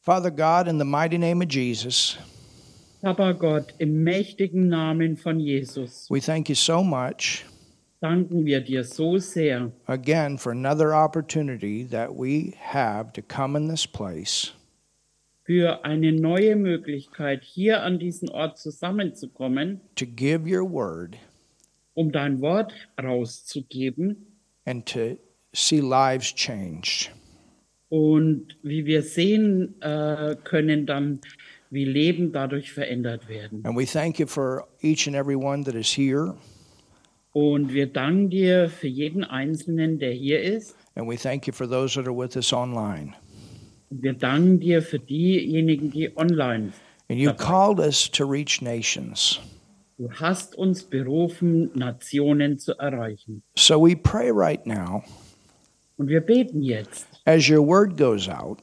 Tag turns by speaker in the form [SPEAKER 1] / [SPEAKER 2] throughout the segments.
[SPEAKER 1] Father God, in the mighty name of Jesus,
[SPEAKER 2] Papa Gott, im mächtigen Namen von Jesus
[SPEAKER 1] we thank you so much
[SPEAKER 2] danken wir dir so sehr
[SPEAKER 1] again for another opportunity that we have to come in this place
[SPEAKER 2] für eine neue Möglichkeit, hier an diesen Ort zusammenzukommen,
[SPEAKER 1] to give your word
[SPEAKER 2] um dein Wort rauszugeben.
[SPEAKER 1] and to see lives changed.
[SPEAKER 2] Und wie wir sehen äh, können, dann wie Leben dadurch verändert werden.
[SPEAKER 1] And we thank you for each and every one that is here.
[SPEAKER 2] Und wir danken dir für jeden Einzelnen, der hier ist.
[SPEAKER 1] And we thank you for those that are with us online.
[SPEAKER 2] Und wir danken dir für diejenigen, die online sind.
[SPEAKER 1] And you
[SPEAKER 2] That's right.
[SPEAKER 1] called us to reach nations.
[SPEAKER 2] Du hast uns berufen, Nationen zu erreichen.
[SPEAKER 1] So we pray right now
[SPEAKER 2] Und wir beten jetzt,
[SPEAKER 1] as your word goes out,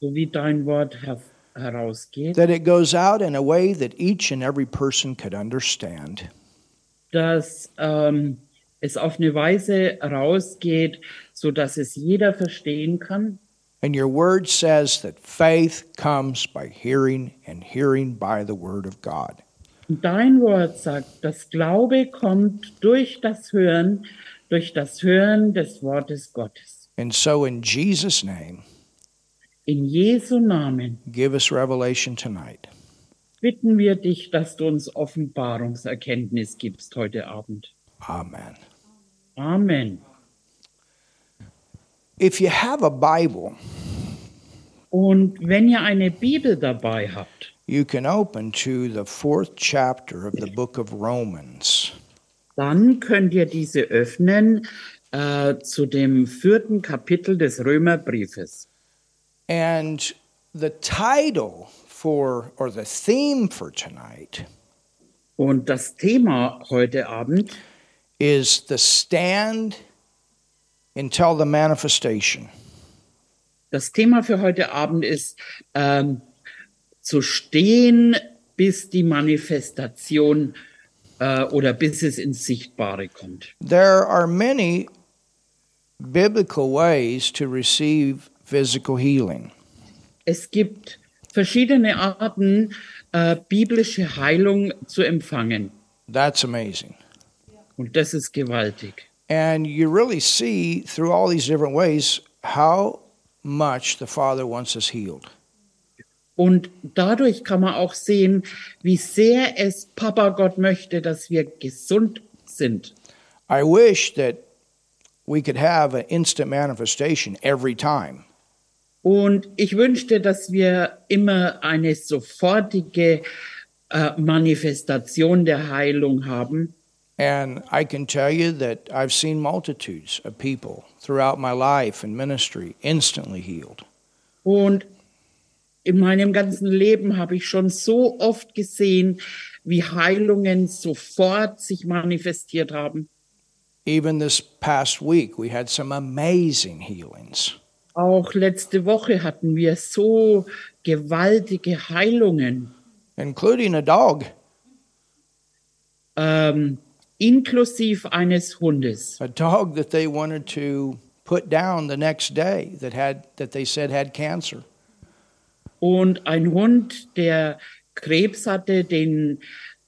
[SPEAKER 2] so wie dein Wort her herausgeht.
[SPEAKER 1] that it goes out in a way that each and every person could understand.
[SPEAKER 2] dass ähm, es auf eine Weise rausgeht, so dass es jeder verstehen kann.
[SPEAKER 1] And your word says that faith comes by hearing, and hearing by the word of God.
[SPEAKER 2] Und dein Wort sagt, dass Glaube kommt durch das Hören, durch das Hören des Wortes Gottes.
[SPEAKER 1] And so, in Jesus' name,
[SPEAKER 2] In Jesu Namen
[SPEAKER 1] give us revelation tonight.
[SPEAKER 2] bitten wir dich, dass du uns Offenbarungserkenntnis gibst heute Abend.
[SPEAKER 1] Amen.
[SPEAKER 2] Amen.
[SPEAKER 1] If you have a Bible,
[SPEAKER 2] Und wenn ihr eine Bibel dabei habt,
[SPEAKER 1] you can open to the fourth chapter of the book of Romans.
[SPEAKER 2] dann könnt ihr diese öffnen äh, zu dem vierten Kapitel des Römerbriefes.
[SPEAKER 1] And the title for, or the theme for tonight
[SPEAKER 2] Und das Thema heute Abend
[SPEAKER 1] is the stand until the manifestation.
[SPEAKER 2] Das Thema für heute Abend ist ähm, zu stehen, bis die Manifestation äh, oder bis es ins Sichtbare kommt.
[SPEAKER 1] There are many biblical ways to receive physical healing.
[SPEAKER 2] Es gibt verschiedene Arten, äh, biblische Heilung zu empfangen.
[SPEAKER 1] That's amazing.
[SPEAKER 2] Und das ist gewaltig.
[SPEAKER 1] And you really see through all these different ways how much the Father wants us healed.
[SPEAKER 2] Und dadurch kann man auch sehen, wie sehr es Papa Gott möchte, dass wir gesund sind.
[SPEAKER 1] I wish that we could have an instant manifestation every time.
[SPEAKER 2] Und ich wünschte, dass wir immer eine sofortige äh, Manifestation der Heilung haben.
[SPEAKER 1] And I can tell you that I've seen multitudes of people throughout my life and ministry instantly healed.
[SPEAKER 2] Und in meinem ganzen Leben habe ich schon so oft gesehen, wie Heilungen sofort sich manifestiert haben.
[SPEAKER 1] Even this past week, we had some amazing healings.
[SPEAKER 2] Auch letzte Woche hatten wir so gewaltige Heilungen,
[SPEAKER 1] including a dog.
[SPEAKER 2] ähm, inklusive eines Hundes.
[SPEAKER 1] A dog that they wanted to put down the next day that had that they said had cancer.
[SPEAKER 2] Und ein Hund, der Krebs hatte, den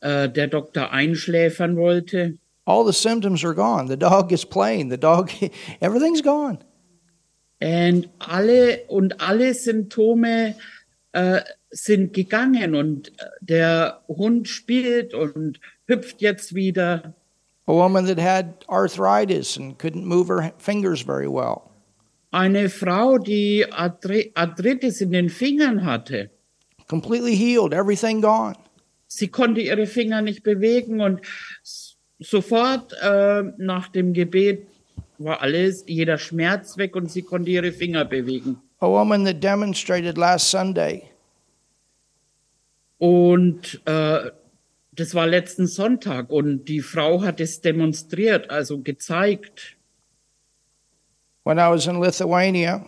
[SPEAKER 2] äh, der Doktor einschläfern wollte.
[SPEAKER 1] All the symptoms are gone. The dog is playing. The dog everything's gone.
[SPEAKER 2] Und alle, und alle Symptome äh, sind gegangen und äh, der Hund spielt und hüpft jetzt wieder.
[SPEAKER 1] A woman that had arthritis and couldn't move her fingers very well.
[SPEAKER 2] Eine Frau, die Arthri- Arthritis in den Fingern hatte.
[SPEAKER 1] Completely healed, everything gone.
[SPEAKER 2] Sie konnte ihre Finger nicht bewegen und s- sofort äh, nach dem Gebet war alles, jeder Schmerz weg und sie konnte ihre Finger bewegen.
[SPEAKER 1] A woman that demonstrated last Sunday
[SPEAKER 2] Und äh, das war letzten Sonntag und die Frau hat es demonstriert, also gezeigt.
[SPEAKER 1] when I was in Lithuania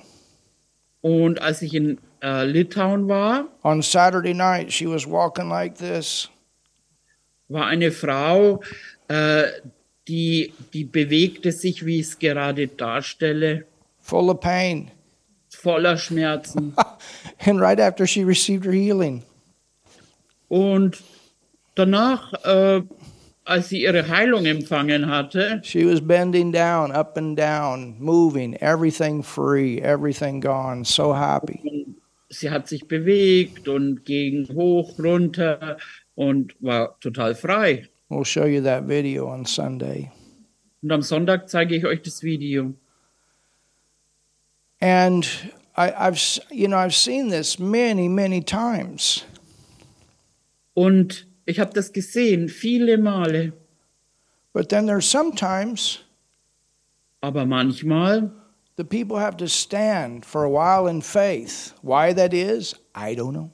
[SPEAKER 2] Und als ich in äh, Litauen war,
[SPEAKER 1] on Saturday night, she was walking like this.
[SPEAKER 2] war eine Frau, äh, die, die bewegte sich, wie ich es gerade darstelle,
[SPEAKER 1] full of pain.
[SPEAKER 2] voller Schmerzen.
[SPEAKER 1] And right after she received her healing,
[SPEAKER 2] Und danach, äh, als sie ihre Heilung empfangen hatte,
[SPEAKER 1] she was bending down, up and down, moving, everything free, everything gone, so happy.
[SPEAKER 2] sie hat sich bewegt und ging hoch, runter und war total frei.
[SPEAKER 1] We'll show you that video on Sunday.
[SPEAKER 2] Und am Sonntag zeige ich euch das Video.
[SPEAKER 1] And I, I've, s- you know, I've seen this many, many times.
[SPEAKER 2] Und ich habe das gesehen, viele Male.
[SPEAKER 1] But then there's sometimes
[SPEAKER 2] Aber manchmal
[SPEAKER 1] the people have to stand for a while in faith. Why that is, I don't know.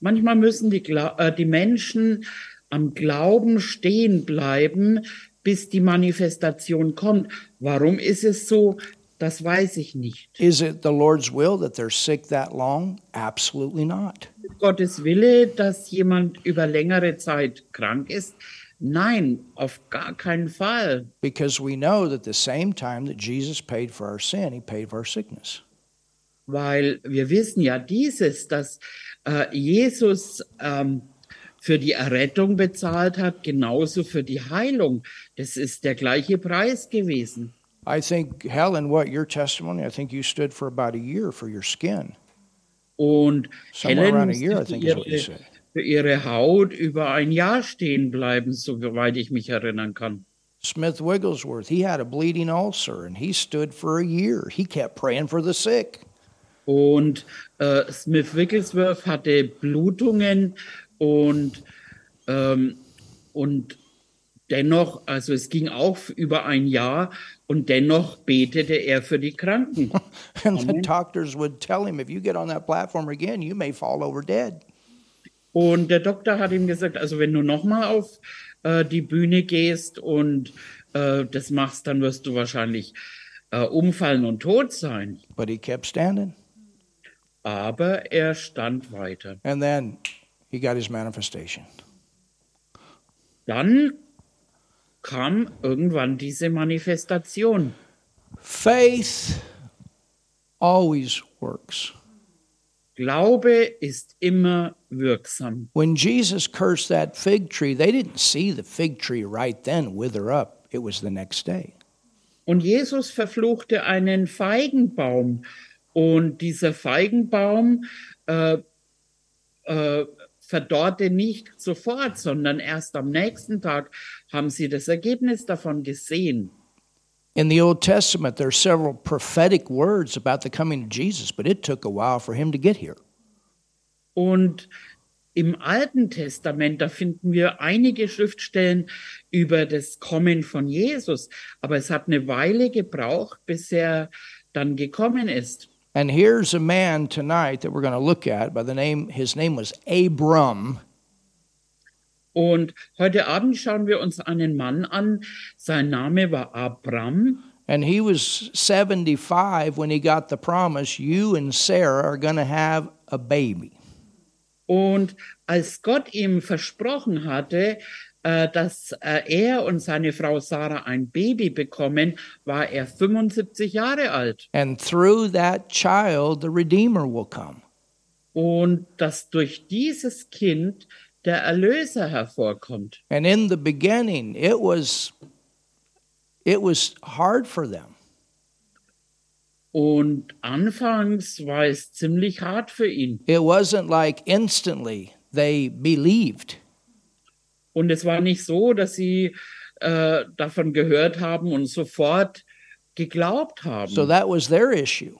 [SPEAKER 2] Manchmal müssen die, Gla äh, die Menschen am Glauben stehen bleiben, bis die Manifestation kommt. Warum ist es so? Das weiß ich nicht.
[SPEAKER 1] Is it the Lord's will that they're sick that long? Absolutely not.
[SPEAKER 2] Gottes Wille, dass jemand über längere Zeit krank ist? Nein, auf gar keinen Fall.
[SPEAKER 1] Because we know that the same time that Jesus paid for our sin, he paid for our sickness.
[SPEAKER 2] Weil wir wissen ja dieses, dass äh, Jesus ähm, für die Errettung bezahlt hat, genauso für die Heilung. Das ist der gleiche Preis gewesen.
[SPEAKER 1] I think, Helen, what your testimony, I think you stood for about a year for your skin.
[SPEAKER 2] Und
[SPEAKER 1] Somewhere
[SPEAKER 2] Helen
[SPEAKER 1] around a
[SPEAKER 2] musste
[SPEAKER 1] year, I
[SPEAKER 2] für
[SPEAKER 1] think is what you
[SPEAKER 2] ihre,
[SPEAKER 1] said.
[SPEAKER 2] für ihre Haut über ein Jahr stehen bleiben, soweit ich mich erinnern kann.
[SPEAKER 1] Smith Wigglesworth, he had a bleeding ulcer and he stood for a year. He kept praying for the sick.
[SPEAKER 2] Und äh, Smith Wigglesworth hatte Blutungen und, ähm, und dennoch, also es ging auch über ein Jahr und dennoch betete er für die Kranken.
[SPEAKER 1] And the doctors would tell him, if you get on that platform again, you may fall over dead.
[SPEAKER 2] Und der Doktor hat ihm gesagt, also wenn du nochmal auf äh, die Bühne gehst und äh, das machst, dann wirst du wahrscheinlich äh, umfallen und tot sein.
[SPEAKER 1] But he kept standing.
[SPEAKER 2] Aber er stand weiter.
[SPEAKER 1] And then he got his manifestation.
[SPEAKER 2] Dann kam irgendwann diese Manifestation.
[SPEAKER 1] Faith always works.
[SPEAKER 2] Glaube ist immer wirksam.
[SPEAKER 1] When Jesus cursed that fig tree, they didn't see the fig tree right then wither up. It was the next day.
[SPEAKER 2] Und Jesus verfluchte einen Feigenbaum. Und dieser Feigenbaum äh, äh, verdorrte nicht sofort, sondern erst am nächsten Tag haben sie das Ergebnis davon gesehen.
[SPEAKER 1] In the Old Testament, there are several prophetic words about the coming of Jesus, but it took a while for him to get here.
[SPEAKER 2] Und im Alten Testament, da finden wir einige Schriftstellen über das Kommen von Jesus. Aber es hat eine Weile gebraucht, bis er dann gekommen ist.
[SPEAKER 1] And here's a man tonight that we're going to look at by the name, his name was Abram.
[SPEAKER 2] Und heute Abend schauen wir uns einen Mann an. Sein Name war Abram
[SPEAKER 1] And he was 75 when he got the promise you and Sarah are going to have a baby.
[SPEAKER 2] und als Gott ihm versprochen hatte, äh, dass äh, er und seine Frau Sarah ein Baby bekommen, war er 75 Jahre alt
[SPEAKER 1] And through that child, the Redeemer will come.
[SPEAKER 2] und dass durch dieses Kind der Erlöser hervorkommt.
[SPEAKER 1] And in the beginning, it was it was hard for them.
[SPEAKER 2] Und anfangs war es ziemlich hart für ihn
[SPEAKER 1] It wasn't like instantly they believed.
[SPEAKER 2] und es war nicht so, dass sie äh, davon gehört haben und sofort geglaubt haben.
[SPEAKER 1] So that was their issue.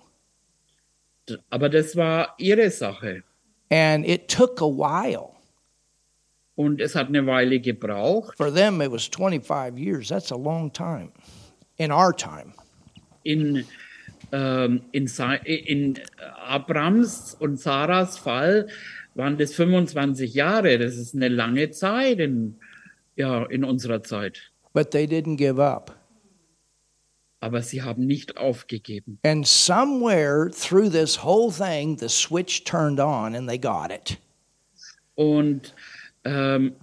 [SPEAKER 2] Aber das war ihre Sache.
[SPEAKER 1] And it took a while.
[SPEAKER 2] Und es hat eine Weile gebraucht.
[SPEAKER 1] For them, it was 25 years. That's a long time in our time.
[SPEAKER 2] In, ähm, in, Sa in Abrams und Sarahs Fall waren das 25 Jahre. Das ist eine lange Zeit in, ja, in unserer Zeit.
[SPEAKER 1] But they didn't give up.
[SPEAKER 2] Aber sie haben nicht aufgegeben.
[SPEAKER 1] And somewhere through this whole thing, the switch turned on and they got it.
[SPEAKER 2] Und ähm,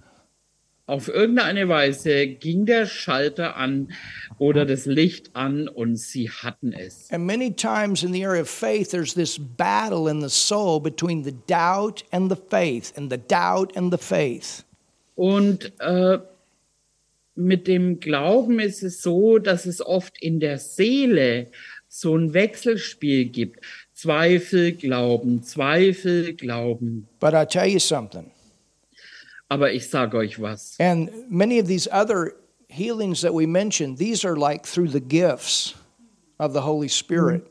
[SPEAKER 2] auf irgendeine Weise ging der Schalter an oder das Licht an und sie hatten es.
[SPEAKER 1] And many times in the area of faith, there's this battle in the soul between the doubt and the faith, and the doubt and the faith.
[SPEAKER 2] Und äh, mit dem Glauben ist es so, dass es oft in der Seele so ein Wechselspiel gibt. Zweifel, Glauben, Zweifel, Glauben.
[SPEAKER 1] But I tell you something,
[SPEAKER 2] Aber ich sage euch was.
[SPEAKER 1] and many of these other healings that we mentioned, these are like through the gifts of the Holy Spirit.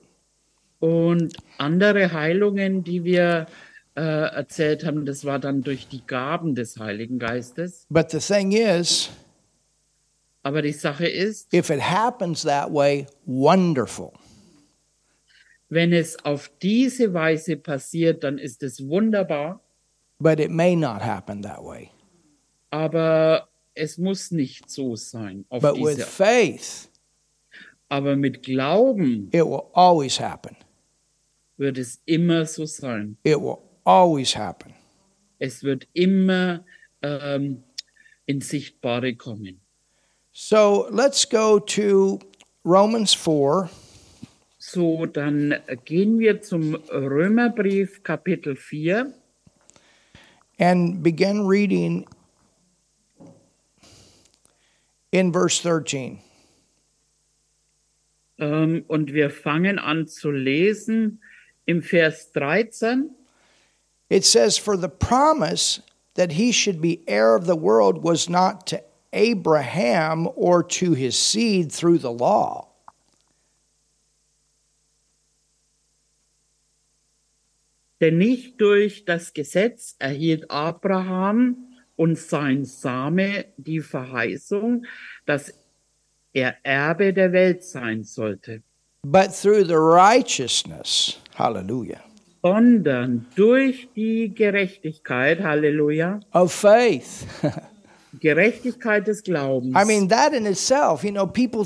[SPEAKER 2] Und andere Heilungen, die wir äh, erzählt haben, das war dann durch die Gaben des Heiligen Geistes.
[SPEAKER 1] But the thing is,
[SPEAKER 2] Aber die Sache ist,
[SPEAKER 1] if it happens that way, wonderful.
[SPEAKER 2] wenn es auf diese Weise passiert, dann ist es wunderbar,
[SPEAKER 1] But it may not happen that way.
[SPEAKER 2] aber es muss nicht so sein. Auf
[SPEAKER 1] But with
[SPEAKER 2] diese,
[SPEAKER 1] faith,
[SPEAKER 2] aber mit Glauben
[SPEAKER 1] it will always happen.
[SPEAKER 2] wird es immer so sein.
[SPEAKER 1] It will always happen.
[SPEAKER 2] Es wird immer ähm, ins Sichtbare kommen.
[SPEAKER 1] So let's go to Romans 4.
[SPEAKER 2] So, dann gehen wir zum Römerbrief Kapitel 4.
[SPEAKER 1] and begin reading in verse 13.
[SPEAKER 2] Ähm, und wir fangen an zu lesen im Vers 13.
[SPEAKER 1] It says, For the promise that he should be heir of the world was not to Abraham or to his seed through the law.
[SPEAKER 2] Denn nicht durch das Gesetz erhielt Abraham und sein Same die Verheißung, dass er Erbe der Welt sein sollte,
[SPEAKER 1] But through the righteousness, hallelujah,
[SPEAKER 2] sondern durch die Gerechtigkeit, Halleluja,
[SPEAKER 1] of faith.
[SPEAKER 2] Gerechtigkeit des Glaubens.
[SPEAKER 1] I mean, that in itself, you know, people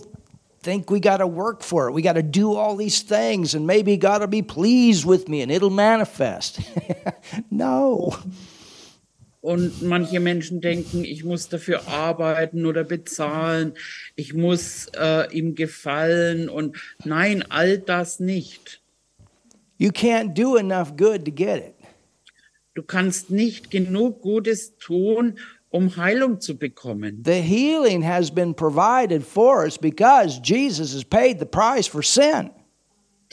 [SPEAKER 1] think we got to work for it. We got to do all these things, and maybe God will be pleased with me and it'll manifest. no.
[SPEAKER 2] Und manche Menschen denken, ich muss dafür arbeiten oder bezahlen, ich muss äh, ihm gefallen und nein, all das nicht.
[SPEAKER 1] You can't do enough good to get it.
[SPEAKER 2] Du kannst nicht genug Gutes tun, um Heilung zu bekommen.
[SPEAKER 1] The healing has been provided for us because Jesus has paid the price for sin.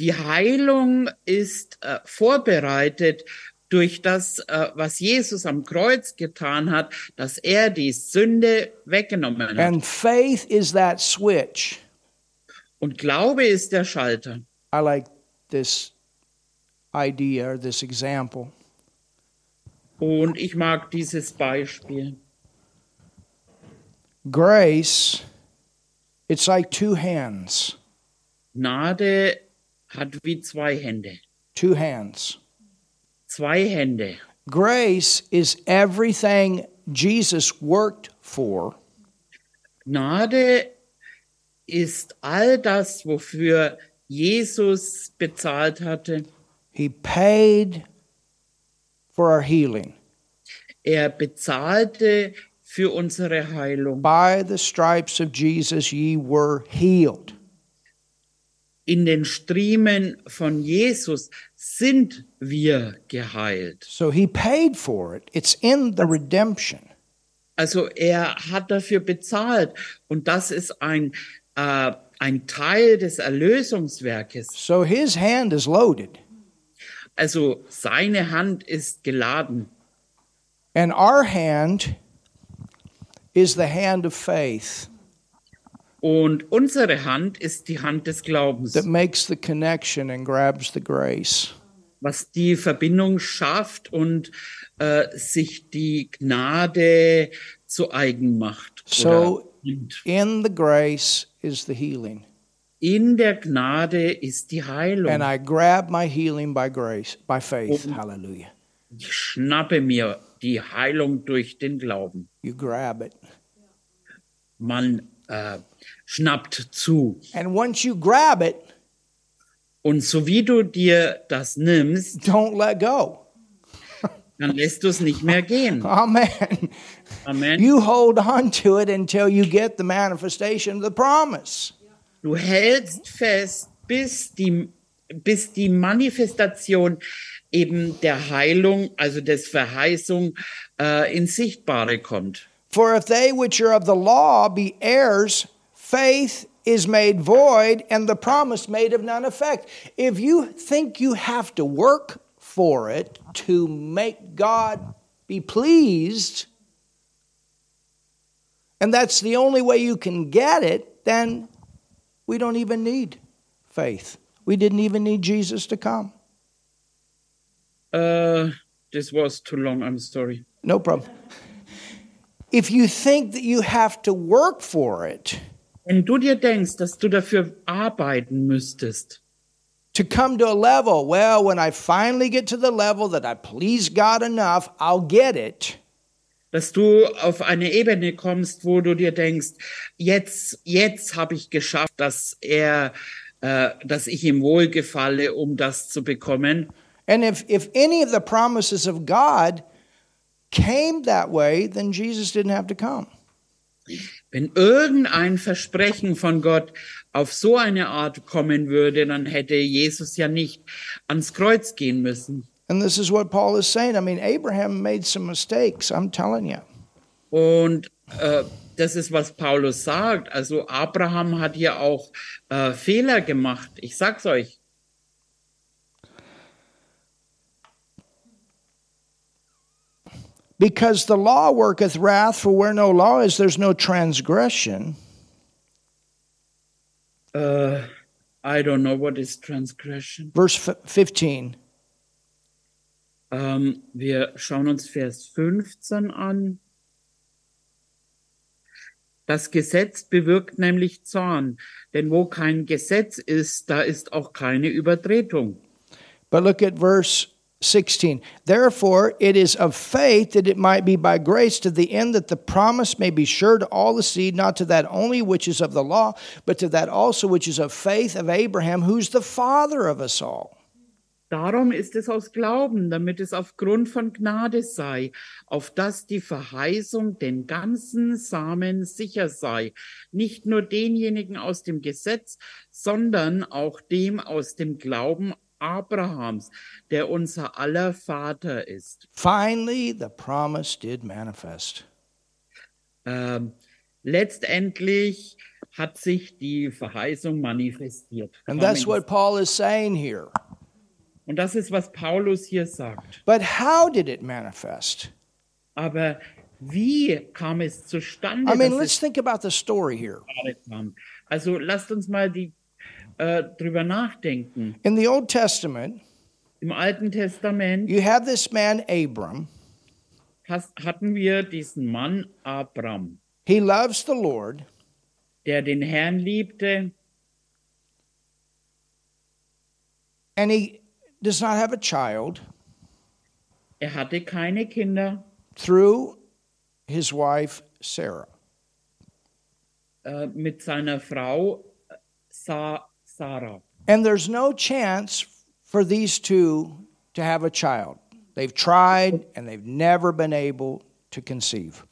[SPEAKER 2] Die Heilung ist äh, vorbereitet durch das, äh, was Jesus am Kreuz getan hat, dass er die Sünde weggenommen hat.
[SPEAKER 1] And faith is that switch.
[SPEAKER 2] Und Glaube ist der Schalter.
[SPEAKER 1] I like this idea or this example.
[SPEAKER 2] Und ich mag dieses Beispiel.
[SPEAKER 1] Grace, it's like two hands,
[SPEAKER 2] Gnade hat wie zwei Hände.
[SPEAKER 1] two hands.
[SPEAKER 2] Zwei Hände.
[SPEAKER 1] Grace is everything Jesus worked for,
[SPEAKER 2] Gnade ist all das, wofür Jesus bezahlt hatte.
[SPEAKER 1] He paid for our healing.
[SPEAKER 2] Er bezahlte für unsere Heilung.
[SPEAKER 1] By the stripes of Jesus, ye were healed.
[SPEAKER 2] In den Striemen von Jesus sind wir geheilt.
[SPEAKER 1] So he paid for it. It's in the redemption.
[SPEAKER 2] Also er hat dafür bezahlt. Und das ist ein, äh, ein Teil des Erlösungswerkes.
[SPEAKER 1] So his hand is loaded,
[SPEAKER 2] Also seine Hand ist geladen.
[SPEAKER 1] and our hand is the hand of faith
[SPEAKER 2] Und unsere Hand ist die Hand des
[SPEAKER 1] that
[SPEAKER 2] Glaubens,
[SPEAKER 1] makes the connection and grabs the grace.
[SPEAKER 2] was die Verbindung schafft und äh, sich die Gnade zu eigen macht.
[SPEAKER 1] So-
[SPEAKER 2] oder nimmt.
[SPEAKER 1] In the grace is the healing,
[SPEAKER 2] in der Gnade ist die
[SPEAKER 1] and
[SPEAKER 2] Heilung.
[SPEAKER 1] I grab my healing by grace, by faith. Hallelujah.
[SPEAKER 2] Ich schnappe mir die Heilung durch den Glauben.
[SPEAKER 1] You grab it.
[SPEAKER 2] Man äh, schnappt zu.
[SPEAKER 1] And once you grab it,
[SPEAKER 2] Und so wie du dir das nimmst,
[SPEAKER 1] don't let go.
[SPEAKER 2] dann lässt du es nicht mehr gehen.
[SPEAKER 1] Amen.
[SPEAKER 2] Amen.
[SPEAKER 1] You hold on to it until you get the manifestation of the promise.
[SPEAKER 2] Du hältst fest, bis die, bis die Manifestation eben der Heilung, also des Verheißung, äh, ins Sichtbare kommt.
[SPEAKER 1] For if they which are of the law be heirs, faith is made void and the promise made of none effect. If you think you have to work for it to make God be pleased, and that's the only way you can get it, then we don't even need faith. We didn't even need Jesus to come.
[SPEAKER 2] Äh, this was too long, I'm sorry.
[SPEAKER 1] No problem. If you think that you have to work for it
[SPEAKER 2] Wenn du dir denkst, dass du dafür arbeiten müsstest,
[SPEAKER 1] to come to a level, well, when I finally get to the level that I please God enough, I'll get it.
[SPEAKER 2] dass du auf eine Ebene kommst, wo du dir denkst, jetzt, jetzt habe ich geschafft, dass er, äh, dass ich ihm wohlgefalle, um das zu bekommen.
[SPEAKER 1] And if, if any of the promises of God came that way, then Jesus didn't have to come.
[SPEAKER 2] Wenn irgendein Versprechen von Gott auf so eine Art kommen würde, dann hätte Jesus ja nicht ans Kreuz gehen müssen.
[SPEAKER 1] And this is what Paul is saying. I mean, Abraham made some mistakes, I'm telling you.
[SPEAKER 2] Und äh, das ist, was Paulus sagt. Also Abraham hat hier auch äh, Fehler gemacht. Ich sag's euch.
[SPEAKER 1] Because the law worketh wrath, for where no law is, there's no transgression.
[SPEAKER 2] Äh, I don't know what is transgression.
[SPEAKER 1] Verse f- 15.
[SPEAKER 2] Ähm, wir schauen uns Vers 15 an. Das Gesetz bewirkt nämlich Zorn, denn wo kein Gesetz ist, da ist auch keine Übertretung.
[SPEAKER 1] But look at verse 16. Therefore, it is of faith that it might be by grace to the end that the promise may be sure to all the seed, not to that only which is of the law, but to that also which is of faith of Abraham, who's the father of us all.
[SPEAKER 2] Darum ist es aus Glauben, damit es aufgrund von Gnade sei, auf dass die Verheißung den ganzen Samen sicher sei, nicht nur denjenigen aus dem Gesetz, sondern auch dem aus dem Glauben Abrahams, der unser aller Vater ist.
[SPEAKER 1] Finally, the promise did manifest.
[SPEAKER 2] Ähm, letztendlich hat sich die Verheißung manifestiert.
[SPEAKER 1] And that's what Paul is saying here.
[SPEAKER 2] Und das ist, was Paulus hier sagt.
[SPEAKER 1] But how did it manifest?
[SPEAKER 2] Aber wie kam es zustande?
[SPEAKER 1] I mean,
[SPEAKER 2] dass es
[SPEAKER 1] let's think about the story here.
[SPEAKER 2] Jahre kam. Also lasst uns mal die, äh, drüber nachdenken.
[SPEAKER 1] In the Old Testament,
[SPEAKER 2] Im Alten Testament
[SPEAKER 1] you have this man, Abram.
[SPEAKER 2] has, hatten wir diesen Mann Abram,
[SPEAKER 1] He loves the Lord.
[SPEAKER 2] der den Herrn liebte
[SPEAKER 1] and he does not have a child
[SPEAKER 2] Er hatte keine Kinder
[SPEAKER 1] through his wife Sarah.
[SPEAKER 2] äh, mit seiner Frau äh, Sa Sarah.
[SPEAKER 1] And there's no chance for these two to have a child. They've tried and they've never been able to conceive.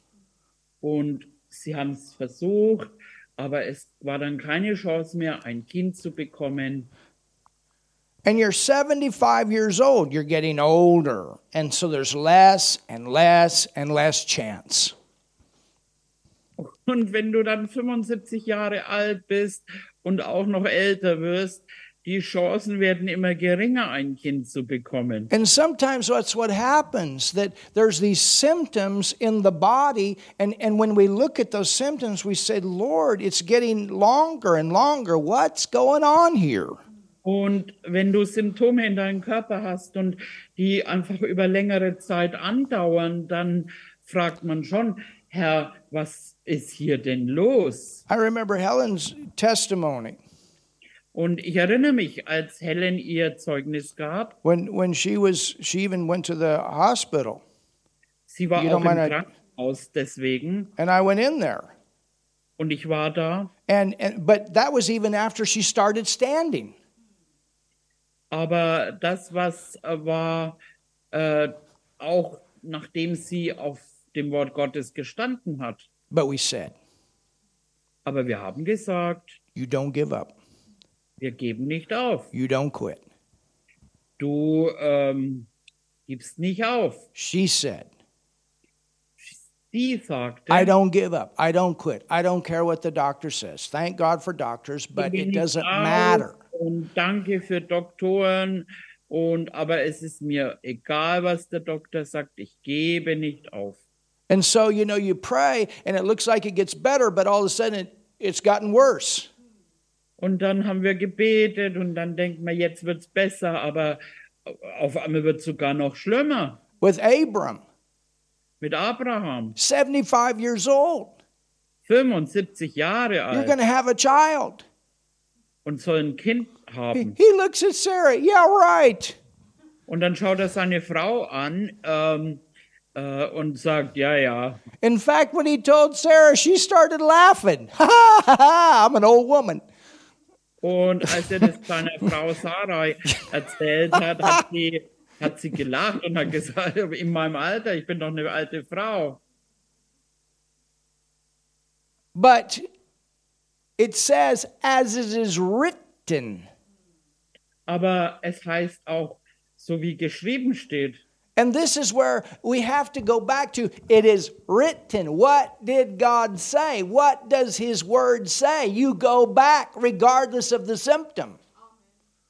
[SPEAKER 2] Und sie haben es versucht, aber es war dann keine Chance mehr, ein Kind zu bekommen.
[SPEAKER 1] And you're 75 years old, you're getting older, and so there's less and less and less chance.
[SPEAKER 2] Und wenn du dann 75 Jahre alt bist und auch noch älter wirst, die Chancen werden immer geringer, ein Kind zu bekommen.
[SPEAKER 1] And sometimes that's what happens that there's these symptoms in the body. And, and when we look at those symptoms, we say, Lord, it's getting longer and longer. What's going on here?
[SPEAKER 2] Und wenn du Symptome in deinem Körper hast und die einfach über längere Zeit andauern, dann fragt man schon, Herr, was ist hier denn los?
[SPEAKER 1] I remember Helen's testimony
[SPEAKER 2] Und ich erinnere mich, als Helen ihr Zeugnis gab,
[SPEAKER 1] when, when she was, she even went to the hospital.
[SPEAKER 2] sie war
[SPEAKER 1] You
[SPEAKER 2] auch
[SPEAKER 1] don't
[SPEAKER 2] im
[SPEAKER 1] mind I-
[SPEAKER 2] Krankenhaus deswegen
[SPEAKER 1] And I went in there.
[SPEAKER 2] und ich war da.
[SPEAKER 1] And, and, but that was even after she started standing.
[SPEAKER 2] Aber das, was äh, war, äh, auch nachdem sie auf dem Wort Gottes gestanden hat.
[SPEAKER 1] But we said,
[SPEAKER 2] Aber wir haben gesagt,
[SPEAKER 1] You don't give up.
[SPEAKER 2] wir geben nicht auf.
[SPEAKER 1] You don't quit.
[SPEAKER 2] Du ähm, gibst nicht auf.
[SPEAKER 1] She said,
[SPEAKER 2] Die sagte,
[SPEAKER 1] I don't give up. I don't quit. I don't care what the doctor says. Thank God for doctors, but
[SPEAKER 2] bin
[SPEAKER 1] it
[SPEAKER 2] ich
[SPEAKER 1] doesn't
[SPEAKER 2] auf
[SPEAKER 1] matter.
[SPEAKER 2] Und danke für Doktoren. Und aber es ist mir egal, was der Doktor sagt. Ich gebe nicht auf.
[SPEAKER 1] And so, you know, you pray and it looks like it gets better, but all of a sudden it, it's gotten worse.
[SPEAKER 2] Und dann haben wir gebetet und dann denkt man, jetzt wird's besser, aber auf einmal wird's sogar noch schlimmer
[SPEAKER 1] With Abram,
[SPEAKER 2] mit Abraham.
[SPEAKER 1] 75 years old,
[SPEAKER 2] 75 Jahre
[SPEAKER 1] you're
[SPEAKER 2] alt
[SPEAKER 1] going to have a child.
[SPEAKER 2] und soll ein Kind
[SPEAKER 1] He,
[SPEAKER 2] haben.
[SPEAKER 1] he looks at Sarah. Yeah, right.
[SPEAKER 2] Und dann schaut er seine Frau an ähm, äh, und sagt, ja, ja.
[SPEAKER 1] In fact, when he told Sarah, she started laughing. Ha ha ha, ha, I'm an old woman.
[SPEAKER 2] Und als er das seiner Frau Sarai erzählt hat, hat sie, hat sie gelacht und hat gesagt, in meinem Alter, ich bin doch eine alte Frau.
[SPEAKER 1] But it says, as it is written.
[SPEAKER 2] Aber es heißt auch, so wie geschrieben steht,
[SPEAKER 1] And this is where we have to go back to it is written. What did God say? What does His Word say? You go back regardless of the symptom.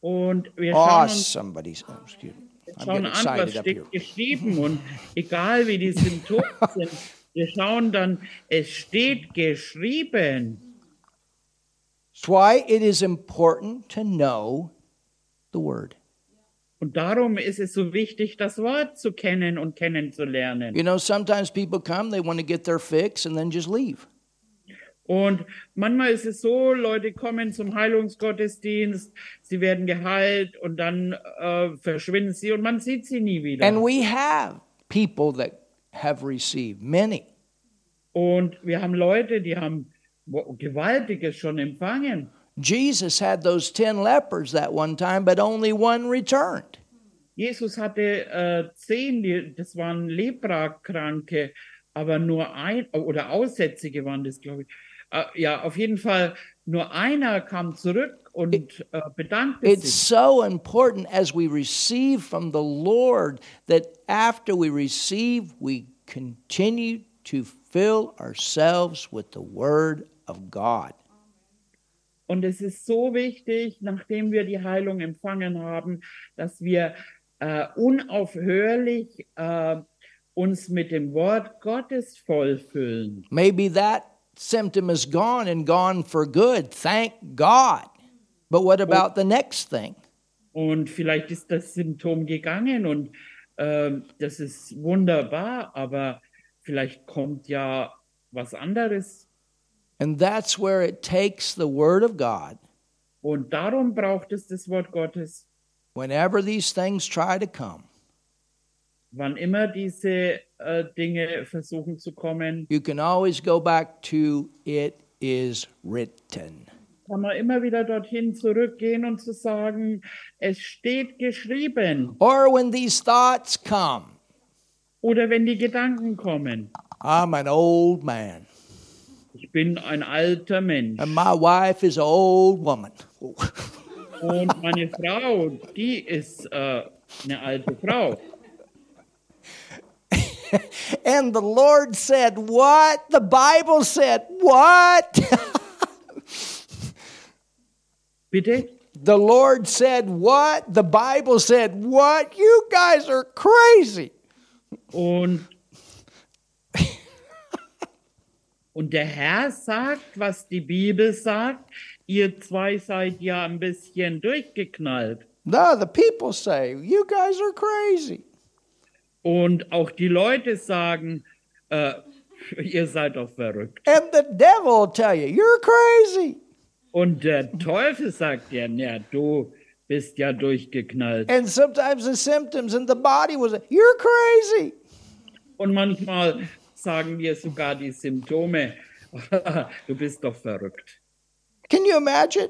[SPEAKER 2] Und wir
[SPEAKER 1] Oh,
[SPEAKER 2] schauen uns
[SPEAKER 1] somebody's. oh, excuse me. I'm
[SPEAKER 2] schauen
[SPEAKER 1] getting
[SPEAKER 2] an, was
[SPEAKER 1] excited up here.
[SPEAKER 2] steht geschrieben. Und egal wie die Symptome sind, wir schauen dann, es steht geschrieben.
[SPEAKER 1] That's why it is important to know the Word.
[SPEAKER 2] Und darum ist es so wichtig, das Wort zu kennen und kennenzulernen.
[SPEAKER 1] You know, sometimes people come, they want to get their fix and then just leave.
[SPEAKER 2] Und manchmal ist es so, Leute kommen zum Heilungsgottesdienst, sie werden geheilt und dann äh, verschwinden sie und man sieht sie nie wieder.
[SPEAKER 1] And we have people that have received many.
[SPEAKER 2] Und wir haben Leute, die haben wo- Gewaltiges schon empfangen.
[SPEAKER 1] Jesus had those 10 lepers that one time, but only one returned.
[SPEAKER 2] Jesus hatte äh, zehn, die, das waren Leprakranke, aber nur ein, oder Aussätzige waren das, glaube ich. Äh, ja, auf jeden Fall, nur einer kam zurück und äh, bedankte
[SPEAKER 1] It's
[SPEAKER 2] sich.
[SPEAKER 1] so important as we receive from the Lord that after we receive, we continue to fill ourselves with the Word of God.
[SPEAKER 2] Und es ist so wichtig, nachdem wir die Heilung empfangen haben, dass wir äh, unaufhörlich äh, uns mit dem Wort Gottes vollfüllen.
[SPEAKER 1] Maybe that symptom is gone and gone for good. Thank God. But what about the next thing?
[SPEAKER 2] Und vielleicht ist das Symptom gegangen und ähm, das ist wunderbar, aber vielleicht kommt ja was anderes.
[SPEAKER 1] And that's where it takes the Word of God.
[SPEAKER 2] Und darum braucht es das Wort Gottes,
[SPEAKER 1] Whenever these things try to come,
[SPEAKER 2] wann immer diese äh, Dinge versuchen zu kommen,
[SPEAKER 1] you can always go back to it is written.
[SPEAKER 2] kann man immer wieder dorthin zurückgehen und zu sagen, es steht geschrieben.
[SPEAKER 1] Or when these thoughts come,
[SPEAKER 2] Oder wenn die Gedanken kommen,
[SPEAKER 1] I'm an old man
[SPEAKER 2] ich bin ein alter Mensch
[SPEAKER 1] and my wife is an old woman.
[SPEAKER 2] und meine Frau, die ist äh, eine alte Frau.
[SPEAKER 1] and the Lord said, What? The Bible said, What?
[SPEAKER 2] Bitte?
[SPEAKER 1] the Lord said, What? The Bible said, What? You guys are crazy.
[SPEAKER 2] Und, und der Herr sagt, was die Bibel sagt. Ihr zwei seid ja ein bisschen durchgeknallt.
[SPEAKER 1] No, the people say, You guys are crazy.
[SPEAKER 2] Und auch die Leute sagen, äh, ihr seid doch verrückt.
[SPEAKER 1] And the devil will tell you, You're crazy.
[SPEAKER 2] Und der Teufel sagt ja, ja, du bist ja durchgeknallt.
[SPEAKER 1] And sometimes the symptoms in the body was, You're crazy.
[SPEAKER 2] Und manchmal sagen wir sogar die Symptome, du bist doch verrückt.
[SPEAKER 1] Can you imagine?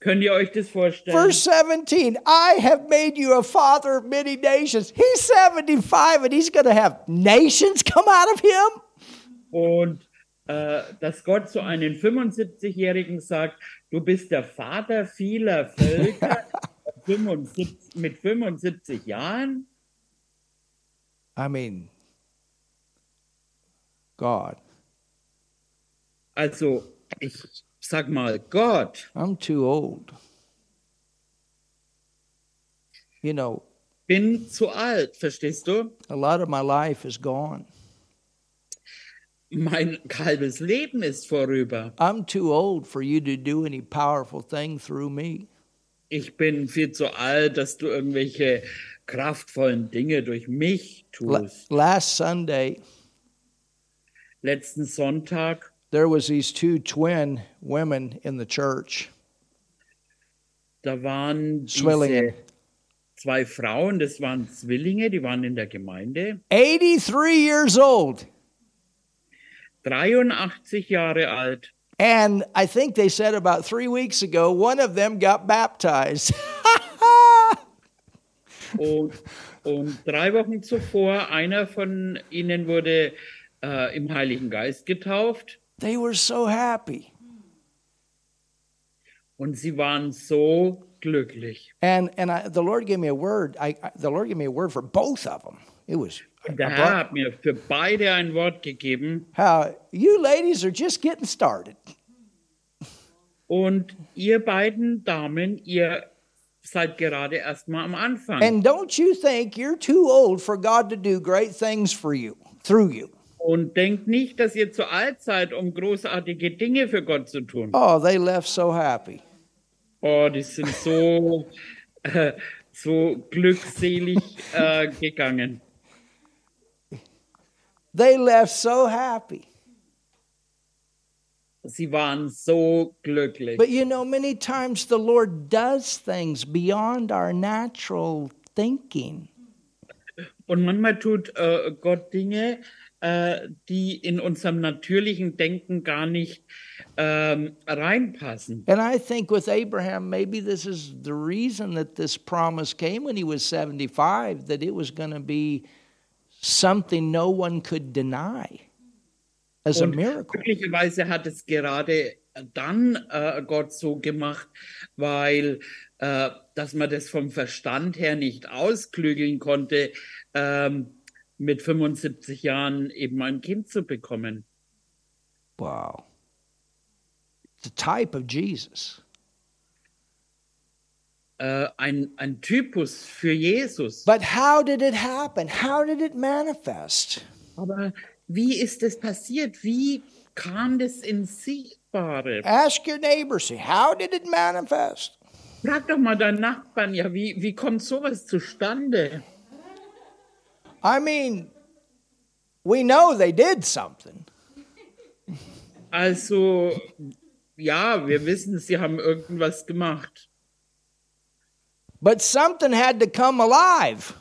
[SPEAKER 2] Könnt ihr euch das vorstellen?
[SPEAKER 1] Verse 17, I have made you a father of many nations. He's 75 and he's going to have nations come out of him?
[SPEAKER 2] Und äh, dass Gott zu einem 75-Jährigen sagt, du bist der Vater vieler Völker 75, mit 75 Jahren.
[SPEAKER 1] I mean, God,
[SPEAKER 2] Also ich sag mal, Gott,
[SPEAKER 1] I'm too old. You know,
[SPEAKER 2] bin zu alt, verstehst du?
[SPEAKER 1] a lot of my life is gone.
[SPEAKER 2] Mein halbes Leben ist vorüber.
[SPEAKER 1] I'm too old for you to do any powerful thing through me.
[SPEAKER 2] Ich bin viel zu alt, dass du irgendwelche kraftvollen Dinge durch mich
[SPEAKER 1] La-
[SPEAKER 2] tust.
[SPEAKER 1] last Sunday,
[SPEAKER 2] Letzten Sonntag
[SPEAKER 1] there was these two twin women in the church,
[SPEAKER 2] Da waren diese
[SPEAKER 1] Zwillinge.
[SPEAKER 2] zwei Frauen, das waren Zwillinge, die waren in der Gemeinde,
[SPEAKER 1] 83 years old.
[SPEAKER 2] 83 Jahre alt.
[SPEAKER 1] And I think they said about three weeks ago, one of them got baptized.
[SPEAKER 2] Und, und drei Wochen zuvor, einer von ihnen wurde äh, im Heiligen Geist getauft
[SPEAKER 1] they were so happy.
[SPEAKER 2] und sie waren so glücklich.
[SPEAKER 1] And, and I, the Lord gave me a word. I, I- the Lord gave me a word for both of them. It was
[SPEAKER 2] Und Der Herr hat mir für beide ein Wort gegeben
[SPEAKER 1] how you ladies are just getting started.
[SPEAKER 2] und ihr beiden Damen, ihr seid gerade erstmal am Anfang.
[SPEAKER 1] And don't you think you're too old for God to do great things for you, through you.
[SPEAKER 2] Und denkt nicht, dass ihr zu alt seid, um großartige Dinge für Gott zu tun.
[SPEAKER 1] Oh, they left so happy.
[SPEAKER 2] Oh, die sind so, äh, so glückselig äh, gegangen.
[SPEAKER 1] They left so happy.
[SPEAKER 2] Sie waren so glücklich.
[SPEAKER 1] But you know, many times the Lord does things beyond our natural thinking.
[SPEAKER 2] Und manchmal tut äh, Gott Dinge, äh, die in unserem natürlichen Denken gar nicht ähm, reinpassen.
[SPEAKER 1] And I think with Abraham, maybe this is the reason that this promise came when he was 75 that it was going to be something no one could deny as a
[SPEAKER 2] Und
[SPEAKER 1] miracle.
[SPEAKER 2] möglicherweise hat es gerade dann äh, Gott so gemacht, weil äh, dass man das vom Verstand her nicht ausklügeln konnte, ähm, mit 75 Jahren eben ein Kind zu bekommen.
[SPEAKER 1] Wow. The type of Jesus.
[SPEAKER 2] Äh, ein, ein Typus für Jesus.
[SPEAKER 1] But how did it happen? How did it manifest?
[SPEAKER 2] Aber wie ist das passiert? Wie kam das ins Sichtbare?
[SPEAKER 1] Ask your neighbor, see, how did it manifest?
[SPEAKER 2] Frag doch mal deinen Nachbarn, ja, wie, wie kommt sowas zustande?
[SPEAKER 1] I mean, we know they did something.
[SPEAKER 2] Also, ja, wir wissen, sie haben irgendwas gemacht.
[SPEAKER 1] But something had to come alive.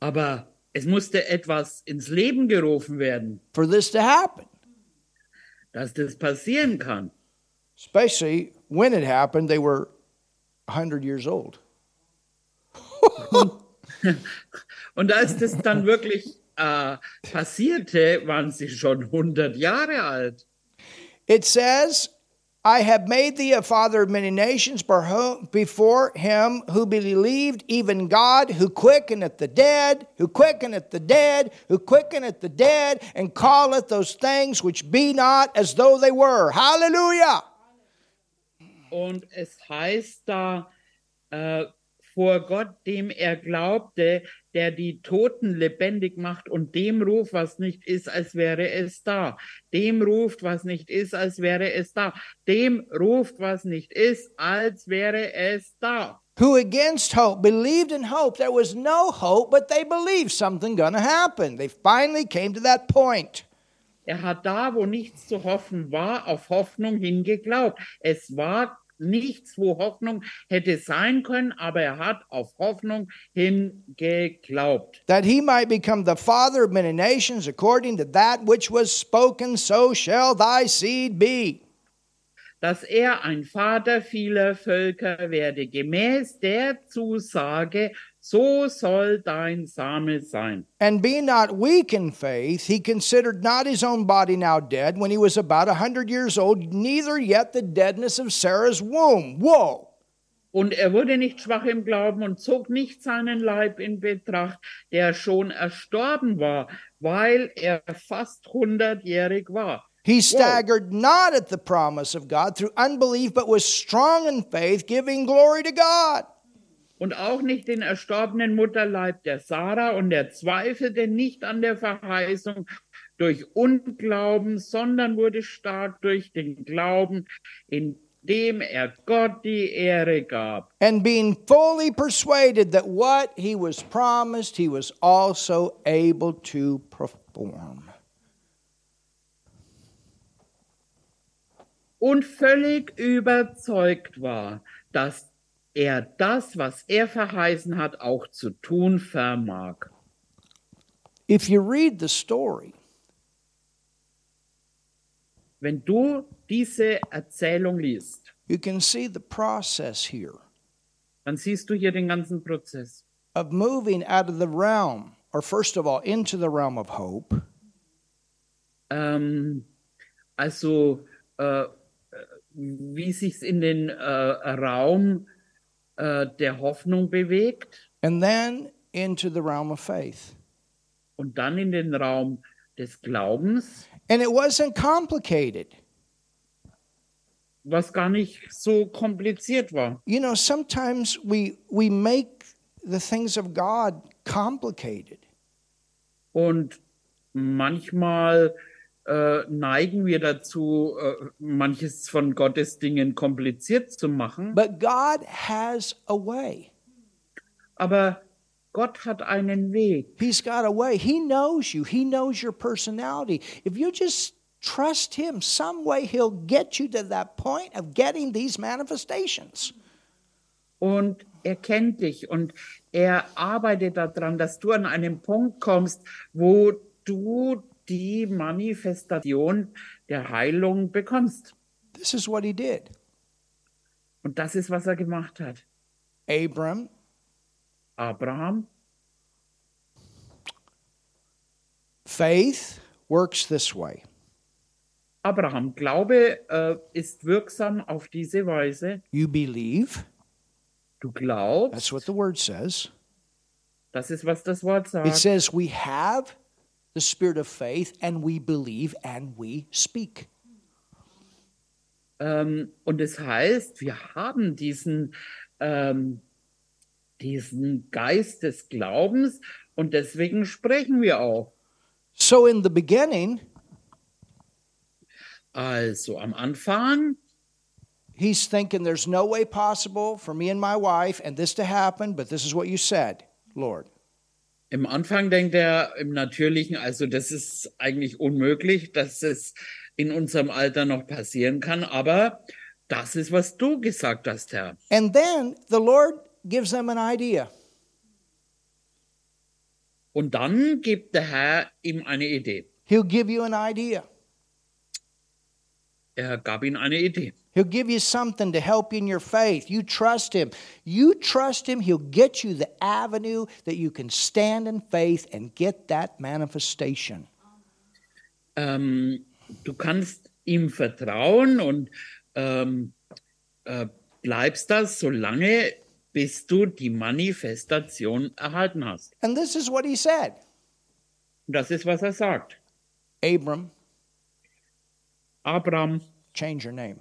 [SPEAKER 2] Aber es musste etwas ins Leben gerufen werden,
[SPEAKER 1] for this to happen,
[SPEAKER 2] dass das passieren kann.
[SPEAKER 1] especially when it happened, they were 100 years old.
[SPEAKER 2] Und als das dann wirklich äh, passierte, waren sie schon 100 Jahre alt.
[SPEAKER 1] It says, I have made thee a father of many nations beho- before him who believed, even God, who quickeneth the dead, who quickeneth the dead, who quickeneth the dead, and calleth those things which be not as though they were. Hallelujah.
[SPEAKER 2] Und es heißt da, äh, vor Gott, dem er glaubte, der die Toten lebendig macht und dem ruft, was nicht ist, als wäre es da. Dem ruft, was nicht ist, als wäre es da. Dem ruft, was nicht ist, als wäre es da.
[SPEAKER 1] Who against hope believed in hope. There was no hope, but they believed something gonna happen. They finally came to that point.
[SPEAKER 2] Er hat da, wo nichts zu hoffen war, auf Hoffnung hingeglaubt. Es war nichts, wo Hoffnung hätte sein können, aber er hat auf Hoffnung hingeglaubt.
[SPEAKER 1] that he might become the father of many nations according to that which was spoken, so shall thy seed be.
[SPEAKER 2] dass er ein Vater vieler Völker werde, gemäß der Zusage, so soll dein Same sein.
[SPEAKER 1] And being not weak in faith, he considered not his own body now dead when he was about a hundred years old, neither yet the deadness of Sarah's womb. Whoa!
[SPEAKER 2] Und er wurde nicht schwach im Glauben und zog nicht seinen Leib in Betracht, der schon erstorben war, weil er fast hundertjährig war.
[SPEAKER 1] He staggered not at the promise of God through unbelief, but was strong in faith, giving glory to God.
[SPEAKER 2] Und auch nicht den erstorbenen Mutterleib der Sarah und er zweifelte nicht an der Verheißung durch Unglauben, sondern wurde stark durch den Glauben, indem er Gott die Ehre gab.
[SPEAKER 1] And being fully persuaded that what he was promised, he was also able to perform.
[SPEAKER 2] und völlig überzeugt war, dass er das, was er verheißen hat, auch zu tun vermag.
[SPEAKER 1] If you read the story,
[SPEAKER 2] Wenn du diese Erzählung liest,
[SPEAKER 1] you can see the process here
[SPEAKER 2] dann siehst du hier den ganzen Prozess
[SPEAKER 1] of moving out of the realm, or first of all, into the realm of hope,
[SPEAKER 2] Ähm, also, äh, wie sich's in den äh, Raum äh, der Hoffnung bewegt
[SPEAKER 1] and then into the realm of faith.
[SPEAKER 2] und dann in den Raum des Glaubens,
[SPEAKER 1] And it wasn't complicated.
[SPEAKER 2] was gar nicht so kompliziert war.
[SPEAKER 1] You know, sometimes we, we make the things of God complicated.
[SPEAKER 2] Und manchmal äh, neigen wir dazu, äh, manches von Gottes Dingen kompliziert zu machen.
[SPEAKER 1] But God has a way.
[SPEAKER 2] Aber Gott hat einen Weg.
[SPEAKER 1] He's got a way. He knows you. He knows your personality. If you just trust Him, some way He'll get you to that point of getting these manifestations.
[SPEAKER 2] Und er kennt dich und er arbeitet daran, dass du an einen Punkt kommst, wo du die Manifestation der Heilung bekommst.
[SPEAKER 1] This is what He did.
[SPEAKER 2] Und das ist, was er gemacht hat.
[SPEAKER 1] Abram
[SPEAKER 2] Abraham,
[SPEAKER 1] Faith works this way.
[SPEAKER 2] Abraham, Glaube äh, ist wirksam auf diese Weise.
[SPEAKER 1] You believe.
[SPEAKER 2] Du glaubst,
[SPEAKER 1] That's what the word says.
[SPEAKER 2] das ist, was das Wort
[SPEAKER 1] It
[SPEAKER 2] sagt.
[SPEAKER 1] says we have the spirit of faith and we believe and we speak.
[SPEAKER 2] Ähm, und es heißt, wir haben diesen, ähm, diesen Geist des Glaubens und deswegen sprechen wir auch.
[SPEAKER 1] So in the beginning,
[SPEAKER 2] Also am Anfang,
[SPEAKER 1] he's thinking there's no way possible for me and my wife and this to happen, but this is what you said, Lord.
[SPEAKER 2] im Anfang denkt er im Natürlichen, also das ist eigentlich unmöglich, dass es in unserem Alter noch passieren kann, aber das ist, was du gesagt hast, Herr.
[SPEAKER 1] And then the Lord gives them an idea.
[SPEAKER 2] Und dann gibt der Herr ihm eine Idee.
[SPEAKER 1] He'll give you an idea.
[SPEAKER 2] Er gab ihm eine Idee.
[SPEAKER 1] He'll give you something to help you in your faith. You trust him. You trust him, he'll get you the avenue that you can stand in faith and get that manifestation.
[SPEAKER 2] ähm, du kannst ihm vertrauen und ähm, äh, bleibst das so lange, bis du die Manifestation erhalten hast.
[SPEAKER 1] And this is what he said.
[SPEAKER 2] Und das ist, was er sagt.
[SPEAKER 1] Abram,
[SPEAKER 2] Abraham,
[SPEAKER 1] change your name.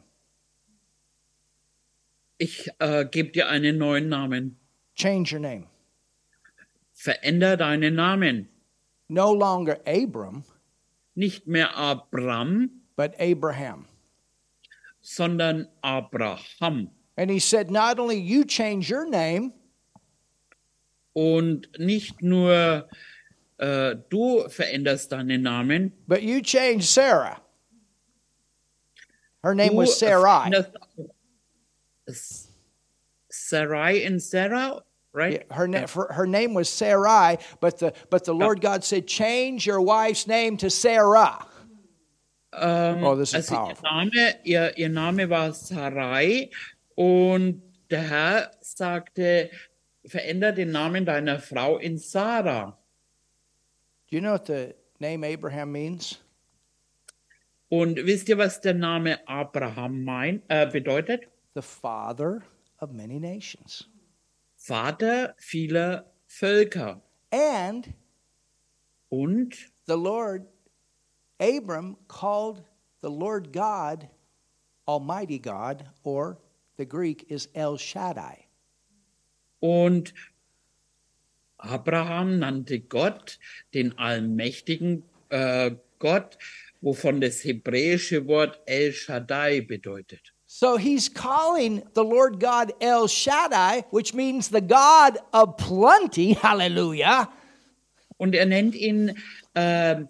[SPEAKER 2] ich äh, gebe dir einen neuen Namen.
[SPEAKER 1] Change your name.
[SPEAKER 2] Veränder deinen Namen.
[SPEAKER 1] No longer Abram,
[SPEAKER 2] Nicht mehr Abram,
[SPEAKER 1] but Abraham.
[SPEAKER 2] sondern Abraham.
[SPEAKER 1] And he said, Not only you change your name,
[SPEAKER 2] Und nicht nur äh, du veränderst deinen Namen,
[SPEAKER 1] but you change Sarah. Her name
[SPEAKER 2] Du
[SPEAKER 1] was Sarai.
[SPEAKER 2] erfindest auch- S- Sarai and Sarah, right?
[SPEAKER 1] Yeah, Her, na- for- her name was Sarai, but the, but the Lord God said, Change your wife's name to Sarah.
[SPEAKER 2] Ähm,
[SPEAKER 1] Oh, this is
[SPEAKER 2] also ihr
[SPEAKER 1] powerful.
[SPEAKER 2] Name, ihr, ihr Name war Sarai und der Herr sagte, veränder den Namen deiner Frau in Sarah.
[SPEAKER 1] Do you know what the name Abraham means?
[SPEAKER 2] Und wisst ihr, was der Name Abraham mein, äh, bedeutet?
[SPEAKER 1] The father of many nations.
[SPEAKER 2] Vater vieler Völker.
[SPEAKER 1] And
[SPEAKER 2] Und
[SPEAKER 1] the Lord, Abram called the Lord God, Almighty God, or the Greek is El Shaddai.
[SPEAKER 2] Und Abraham nannte Gott den allmächtigen äh, Gott, wovon das hebräische Wort El Shaddai bedeutet.
[SPEAKER 1] So he's calling the Lord God El Shaddai, which means the God of plenty. Hallelujah.
[SPEAKER 2] Und er nennt ihn, ähm,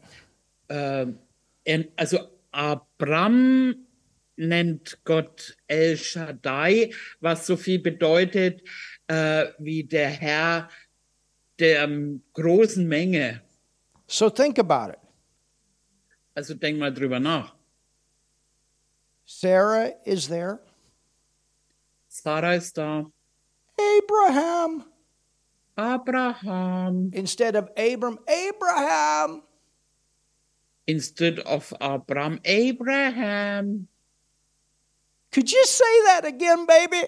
[SPEAKER 2] ähm, er, also Abram nennt Gott El Shaddai, was so viel bedeutet äh, wie der Herr der ähm, großen Menge.
[SPEAKER 1] So think about it.
[SPEAKER 2] Also denk mal drüber nach.
[SPEAKER 1] Sarah is there,
[SPEAKER 2] Sarah ist da.
[SPEAKER 1] Abraham.
[SPEAKER 2] Abraham.
[SPEAKER 1] Instead of Abram, Abraham.
[SPEAKER 2] Instead of Abraham, Abraham.
[SPEAKER 1] Could you say that again, baby?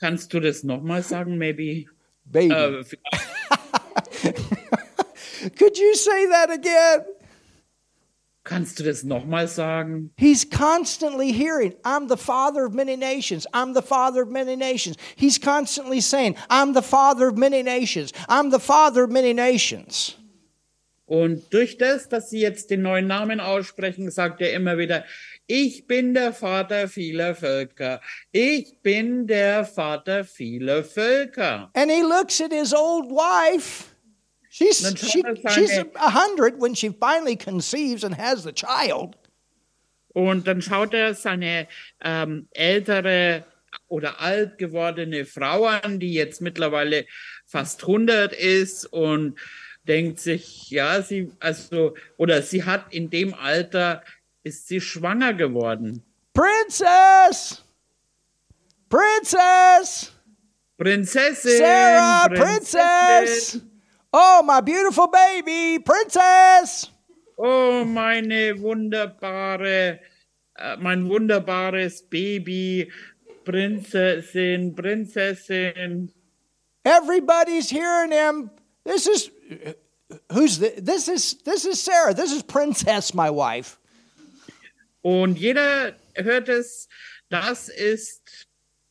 [SPEAKER 2] Kannst du das nochmal sagen, maybe?
[SPEAKER 1] Baby.
[SPEAKER 2] Äh, vielleicht-
[SPEAKER 1] Could you say that again?
[SPEAKER 2] kannst du das nochmal sagen?
[SPEAKER 1] He's constantly hearing, I'm the father of many nations. I'm the father of many nations. He's constantly saying, I'm the father of many nations. I'm the father of many nations.
[SPEAKER 2] Und durch das, dass sie jetzt den neuen Namen aussprechen, sagt er immer wieder, ich bin der Vater vieler Völker. Ich bin der Vater vieler Völker.
[SPEAKER 1] And he looks at his old wife. She's,
[SPEAKER 2] Then
[SPEAKER 1] she,
[SPEAKER 2] Jonathan
[SPEAKER 1] she's
[SPEAKER 2] is-
[SPEAKER 1] 100 when she finally conceives and has the child.
[SPEAKER 2] Und dann schaut er seine ähm, ältere oder alt gewordene Frau an, die jetzt mittlerweile fast 100 ist und denkt sich, ja, sie, also, oder sie hat in dem Alter, ist sie schwanger geworden.
[SPEAKER 1] Princess! Princess!
[SPEAKER 2] Prinzessin!
[SPEAKER 1] Sarah! Princess!
[SPEAKER 2] Prinzessin!
[SPEAKER 1] Oh, my beautiful baby! Princess!
[SPEAKER 2] Oh, meine wunderbare, äh, mein wunderbares Baby, Prinzessin, Prinzessin.
[SPEAKER 1] Everybody's hearing him. This is who's the, this is this is Sarah. This is Princess, my wife.
[SPEAKER 2] Und jeder hört es, das ist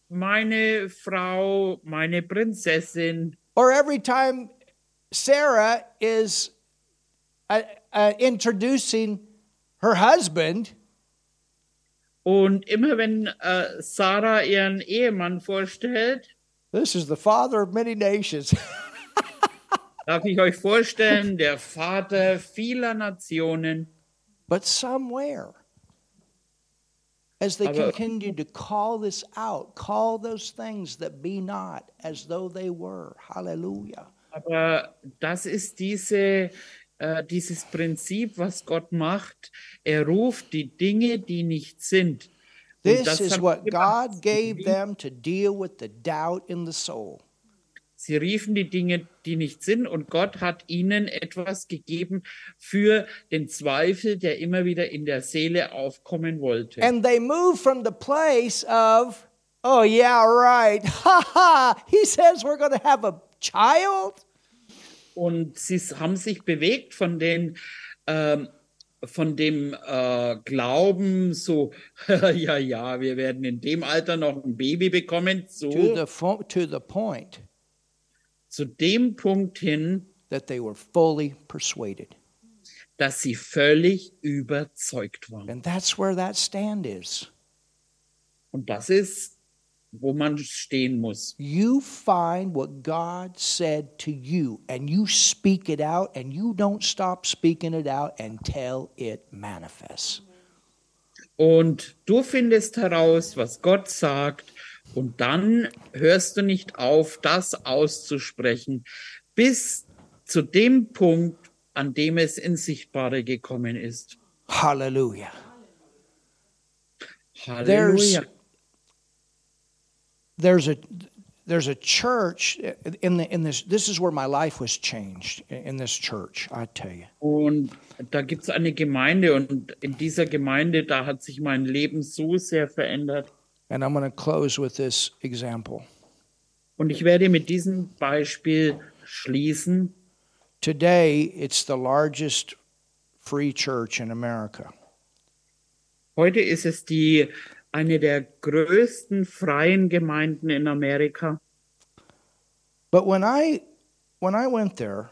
[SPEAKER 2] meine Frau, meine Prinzessin.
[SPEAKER 1] Or every time Sarah is uh, uh, introducing her husband,
[SPEAKER 2] Und immer wenn äh, Sarah ihren Ehemann vorstellt,
[SPEAKER 1] this is the father of many nations.
[SPEAKER 2] darf ich euch vorstellen, der Vater vieler Nationen.
[SPEAKER 1] but somewhere, as they
[SPEAKER 2] Aber-
[SPEAKER 1] continue to call this out, call those things that be not as though they were. Hallelujah.
[SPEAKER 2] Aber das ist diese, äh, dieses Prinzip, was Gott macht. Er ruft die Dinge, die nicht sind. Und
[SPEAKER 1] This
[SPEAKER 2] das
[SPEAKER 1] is
[SPEAKER 2] haben
[SPEAKER 1] what
[SPEAKER 2] sie gemacht.
[SPEAKER 1] God gave them to deal with the doubt in the soul.
[SPEAKER 2] Sie riefen die Dinge, die nicht sind, und Gott hat ihnen etwas gegeben für den Zweifel, der immer wieder in der Seele aufkommen wollte.
[SPEAKER 1] And they move from the place of, oh, yeah, right. Ha ha. He says we're going to have a child.
[SPEAKER 2] und sie s- haben sich bewegt von den ähm, von dem äh, Glauben, so, ja, ja, wir werden in dem Alter noch ein Baby bekommen,
[SPEAKER 1] To
[SPEAKER 2] so
[SPEAKER 1] the, fo- to the point
[SPEAKER 2] zu dem Punkt hin,
[SPEAKER 1] that they were fully persuaded.
[SPEAKER 2] dass sie völlig überzeugt waren.
[SPEAKER 1] And that's where that stand is.
[SPEAKER 2] Und das ist, wo man stehen muss.
[SPEAKER 1] You find what God said to you and you speak it out and you don't stop speaking it out until it manifests.
[SPEAKER 2] Und du findest heraus, was Gott sagt. Und dann hörst du nicht auf, das auszusprechen, bis zu dem Punkt, an dem es ins Sichtbare gekommen ist.
[SPEAKER 1] Hallelujah.
[SPEAKER 2] Halleluja.
[SPEAKER 1] There's a there's a church in the in this this is where my life was changed in this church, I tell you.
[SPEAKER 2] Und da gibt es eine Gemeinde und in dieser Gemeinde, da hat sich mein Leben so sehr verändert.
[SPEAKER 1] And I'm going to close with this example.
[SPEAKER 2] Und ich werde mit diesem Beispiel schließen.
[SPEAKER 1] Today it's the largest free church in America.
[SPEAKER 2] Heute ist es die eine der größten freien Gemeinden in Amerika.
[SPEAKER 1] But when I when I went there,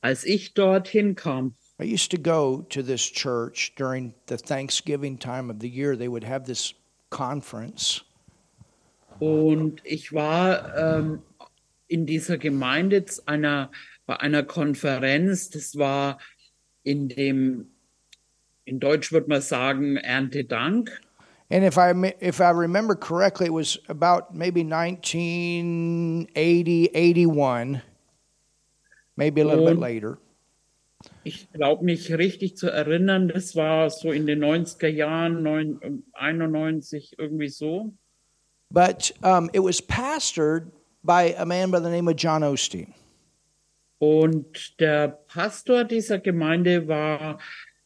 [SPEAKER 2] Als ich dorthin kam,
[SPEAKER 1] I used to go to this church during the Thanksgiving time of the year. They would have this conference.
[SPEAKER 2] Und ich war ähm, in dieser Gemeinde zu einer, bei einer Konferenz, das war in dem, in Deutsch würde man sagen, Erntedank.
[SPEAKER 1] And if I me- if I remember correctly, it was about maybe 1980, 81, maybe a little bit
[SPEAKER 2] Und-
[SPEAKER 1] later.
[SPEAKER 2] Ich glaube mich richtig zu erinnern, das war so in den 90er Jahren, neun- 91, irgendwie so.
[SPEAKER 1] But um, it was pastored by a man by the name of John Osteen.
[SPEAKER 2] Und der Pastor dieser Gemeinde war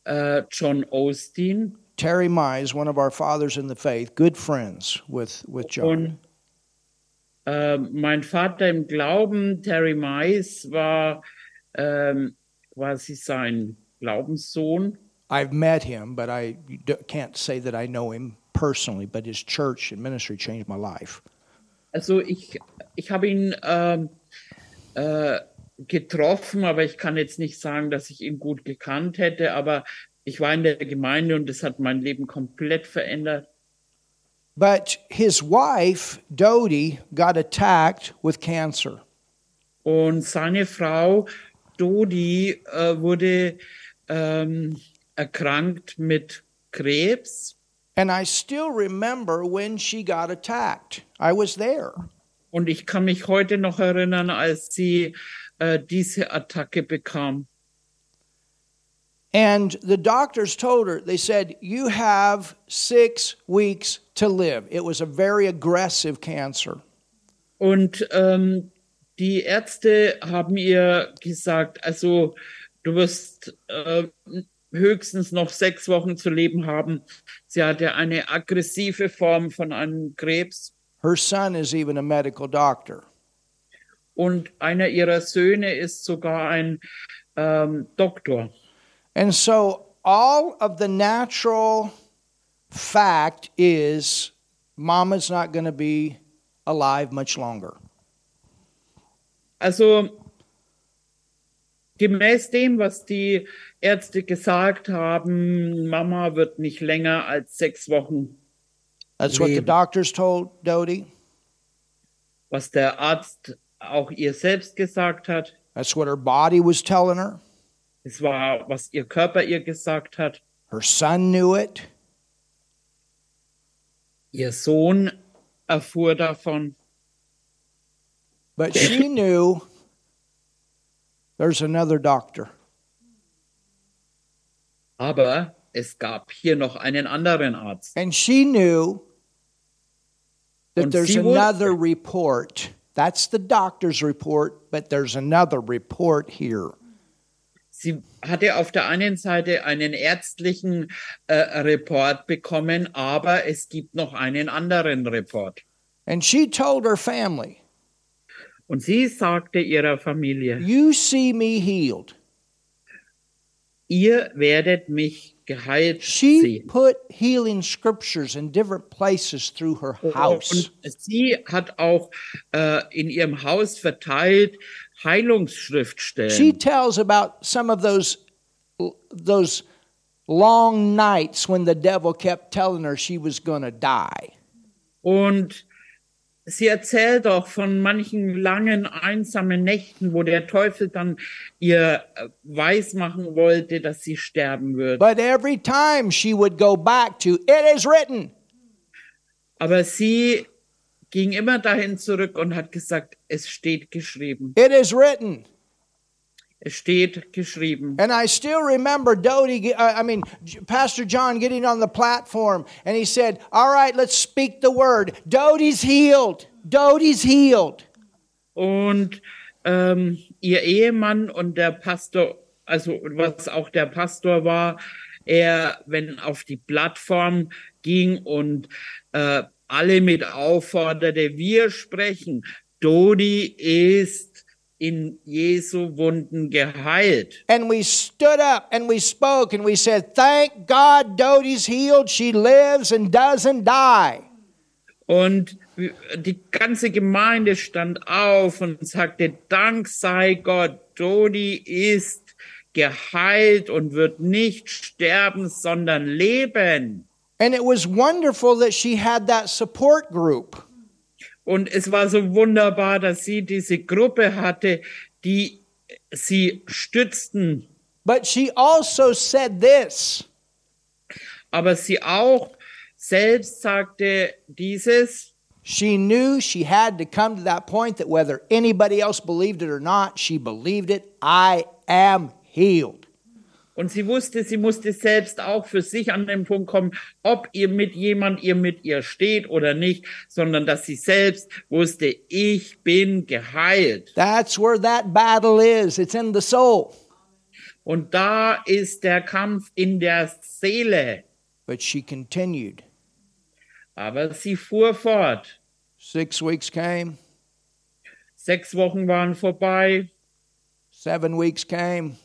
[SPEAKER 2] äh, John Osteen.
[SPEAKER 1] Terry Mize, one of our fathers in the faith, good friends with, with John.
[SPEAKER 2] Und äh, mein Vater im Glauben, Terry Mice, war ähm, quasi sein Glaubenssohn.
[SPEAKER 1] I've met him, but I d- can't say that I know him personally, but his church and ministry changed my life.
[SPEAKER 2] Also ich, ich habe ihn ähm, äh, getroffen, aber ich kann jetzt nicht sagen, dass ich ihn gut gekannt hätte, aber ich war in der Gemeinde und das hat mein Leben komplett verändert.
[SPEAKER 1] But his wife, Dodie, got attacked with cancer.
[SPEAKER 2] Und seine Frau Dodi äh, wurde ähm, erkrankt mit Krebs.
[SPEAKER 1] And I still remember when she got attacked. I was there.
[SPEAKER 2] Und ich kann mich heute noch erinnern, als sie äh, diese Attacke bekam.
[SPEAKER 1] And the doctors told her, they said, You have six weeks to live. It was a very aggressive cancer.
[SPEAKER 2] Und ähm, die Ärzte haben ihr gesagt, also du wirst äh, höchstens noch sechs Wochen zu leben haben. Sie hatte eine aggressive Form von einem Krebs.
[SPEAKER 1] Her son is even a medical doctor.
[SPEAKER 2] Und einer ihrer Söhne ist sogar ein ähm, Doktor.
[SPEAKER 1] And so all of the natural fact is mama's not going to be alive much longer.
[SPEAKER 2] Also gemäß dem, was die Ärzte gesagt haben, Mama wird nicht länger als sechs Wochen,
[SPEAKER 1] That's what the
[SPEAKER 2] Leave.
[SPEAKER 1] doctors told Dodie.
[SPEAKER 2] was der Arzt auch ihr selbst gesagt hat.
[SPEAKER 1] That's what her body was telling her.
[SPEAKER 2] Es war, was ihr Körper ihr gesagt hat.
[SPEAKER 1] Her son knew it.
[SPEAKER 2] Ihr Sohn erfuhr davon.
[SPEAKER 1] But she knew there's another doctor.
[SPEAKER 2] Aber es gab hier noch einen anderen Arzt.
[SPEAKER 1] And she knew that
[SPEAKER 2] Und
[SPEAKER 1] there's
[SPEAKER 2] sie wurde-
[SPEAKER 1] another report. That's the doctor's report, but there's another report here.
[SPEAKER 2] Sie hatte auf der einen Seite einen ärztlichen äh, Report bekommen, aber es gibt noch einen anderen Report.
[SPEAKER 1] And she told her family,
[SPEAKER 2] Und sie sagte ihrer Familie,
[SPEAKER 1] You see me healed.
[SPEAKER 2] ihr werdet mich geheilt
[SPEAKER 1] She
[SPEAKER 2] sehen.
[SPEAKER 1] put healing scriptures in different places through her
[SPEAKER 2] Oh,
[SPEAKER 1] house.
[SPEAKER 2] Und sie hat auch äh, in ihrem Haus verteilt
[SPEAKER 1] She
[SPEAKER 2] Heilungsschriftstellen.
[SPEAKER 1] tells about some of those those long nights when the devil kept telling her she was going to die.
[SPEAKER 2] Und sie erzählt auch von manchen langen, einsamen Nächten, wo der Teufel dann ihr äh, weismachen wollte, dass sie sterben wird.
[SPEAKER 1] But every time she would go back to it is written.
[SPEAKER 2] Aber sie ging immer dahin zurück und hat gesagt, es steht geschrieben.
[SPEAKER 1] It is written.
[SPEAKER 2] Es steht geschrieben.
[SPEAKER 1] And I still remember Doty, ge- uh, I mean, J- Pastor John getting on the platform and he said, All right, let's speak the word. Doty's healed. Doty's healed.
[SPEAKER 2] Und ähm, ihr Ehemann und der Pastor, also was auch der Pastor war, er, wenn auf die Plattform ging und äh, alle mit aufforderte, wir sprechen, Dodi ist in Jesu Wunden geheilt.
[SPEAKER 1] And we stood up and we spoke and we said, Thank God Doty's healed. She lives and doesn't die.
[SPEAKER 2] Und die ganze Gemeinde stand auf und sagte, Dank sei Gott, Dodi ist geheilt und wird nicht sterben, sondern leben.
[SPEAKER 1] And it was wonderful that she had that support group.
[SPEAKER 2] Und es war so wunderbar, dass sie diese Gruppe hatte, die sie stützten.
[SPEAKER 1] But she also said this
[SPEAKER 2] Aber sie auch selbst sagte dieses,
[SPEAKER 1] she knew she had to come to that point that whether anybody else believed it or not, she believed it. I am healed.
[SPEAKER 2] Und sie wusste, sie musste selbst auch für sich an den Punkt kommen, ob ihr mit jemand, ihr mit ihr steht oder nicht, sondern dass sie selbst wusste, ich bin geheilt.
[SPEAKER 1] That's where that battle is. It's in the soul.
[SPEAKER 2] Und da ist der Kampf in der Seele.
[SPEAKER 1] But she continued.
[SPEAKER 2] Aber sie fuhr fort.
[SPEAKER 1] Six weeks came,
[SPEAKER 2] Sechs Wochen waren vorbei,
[SPEAKER 1] seven weeks came,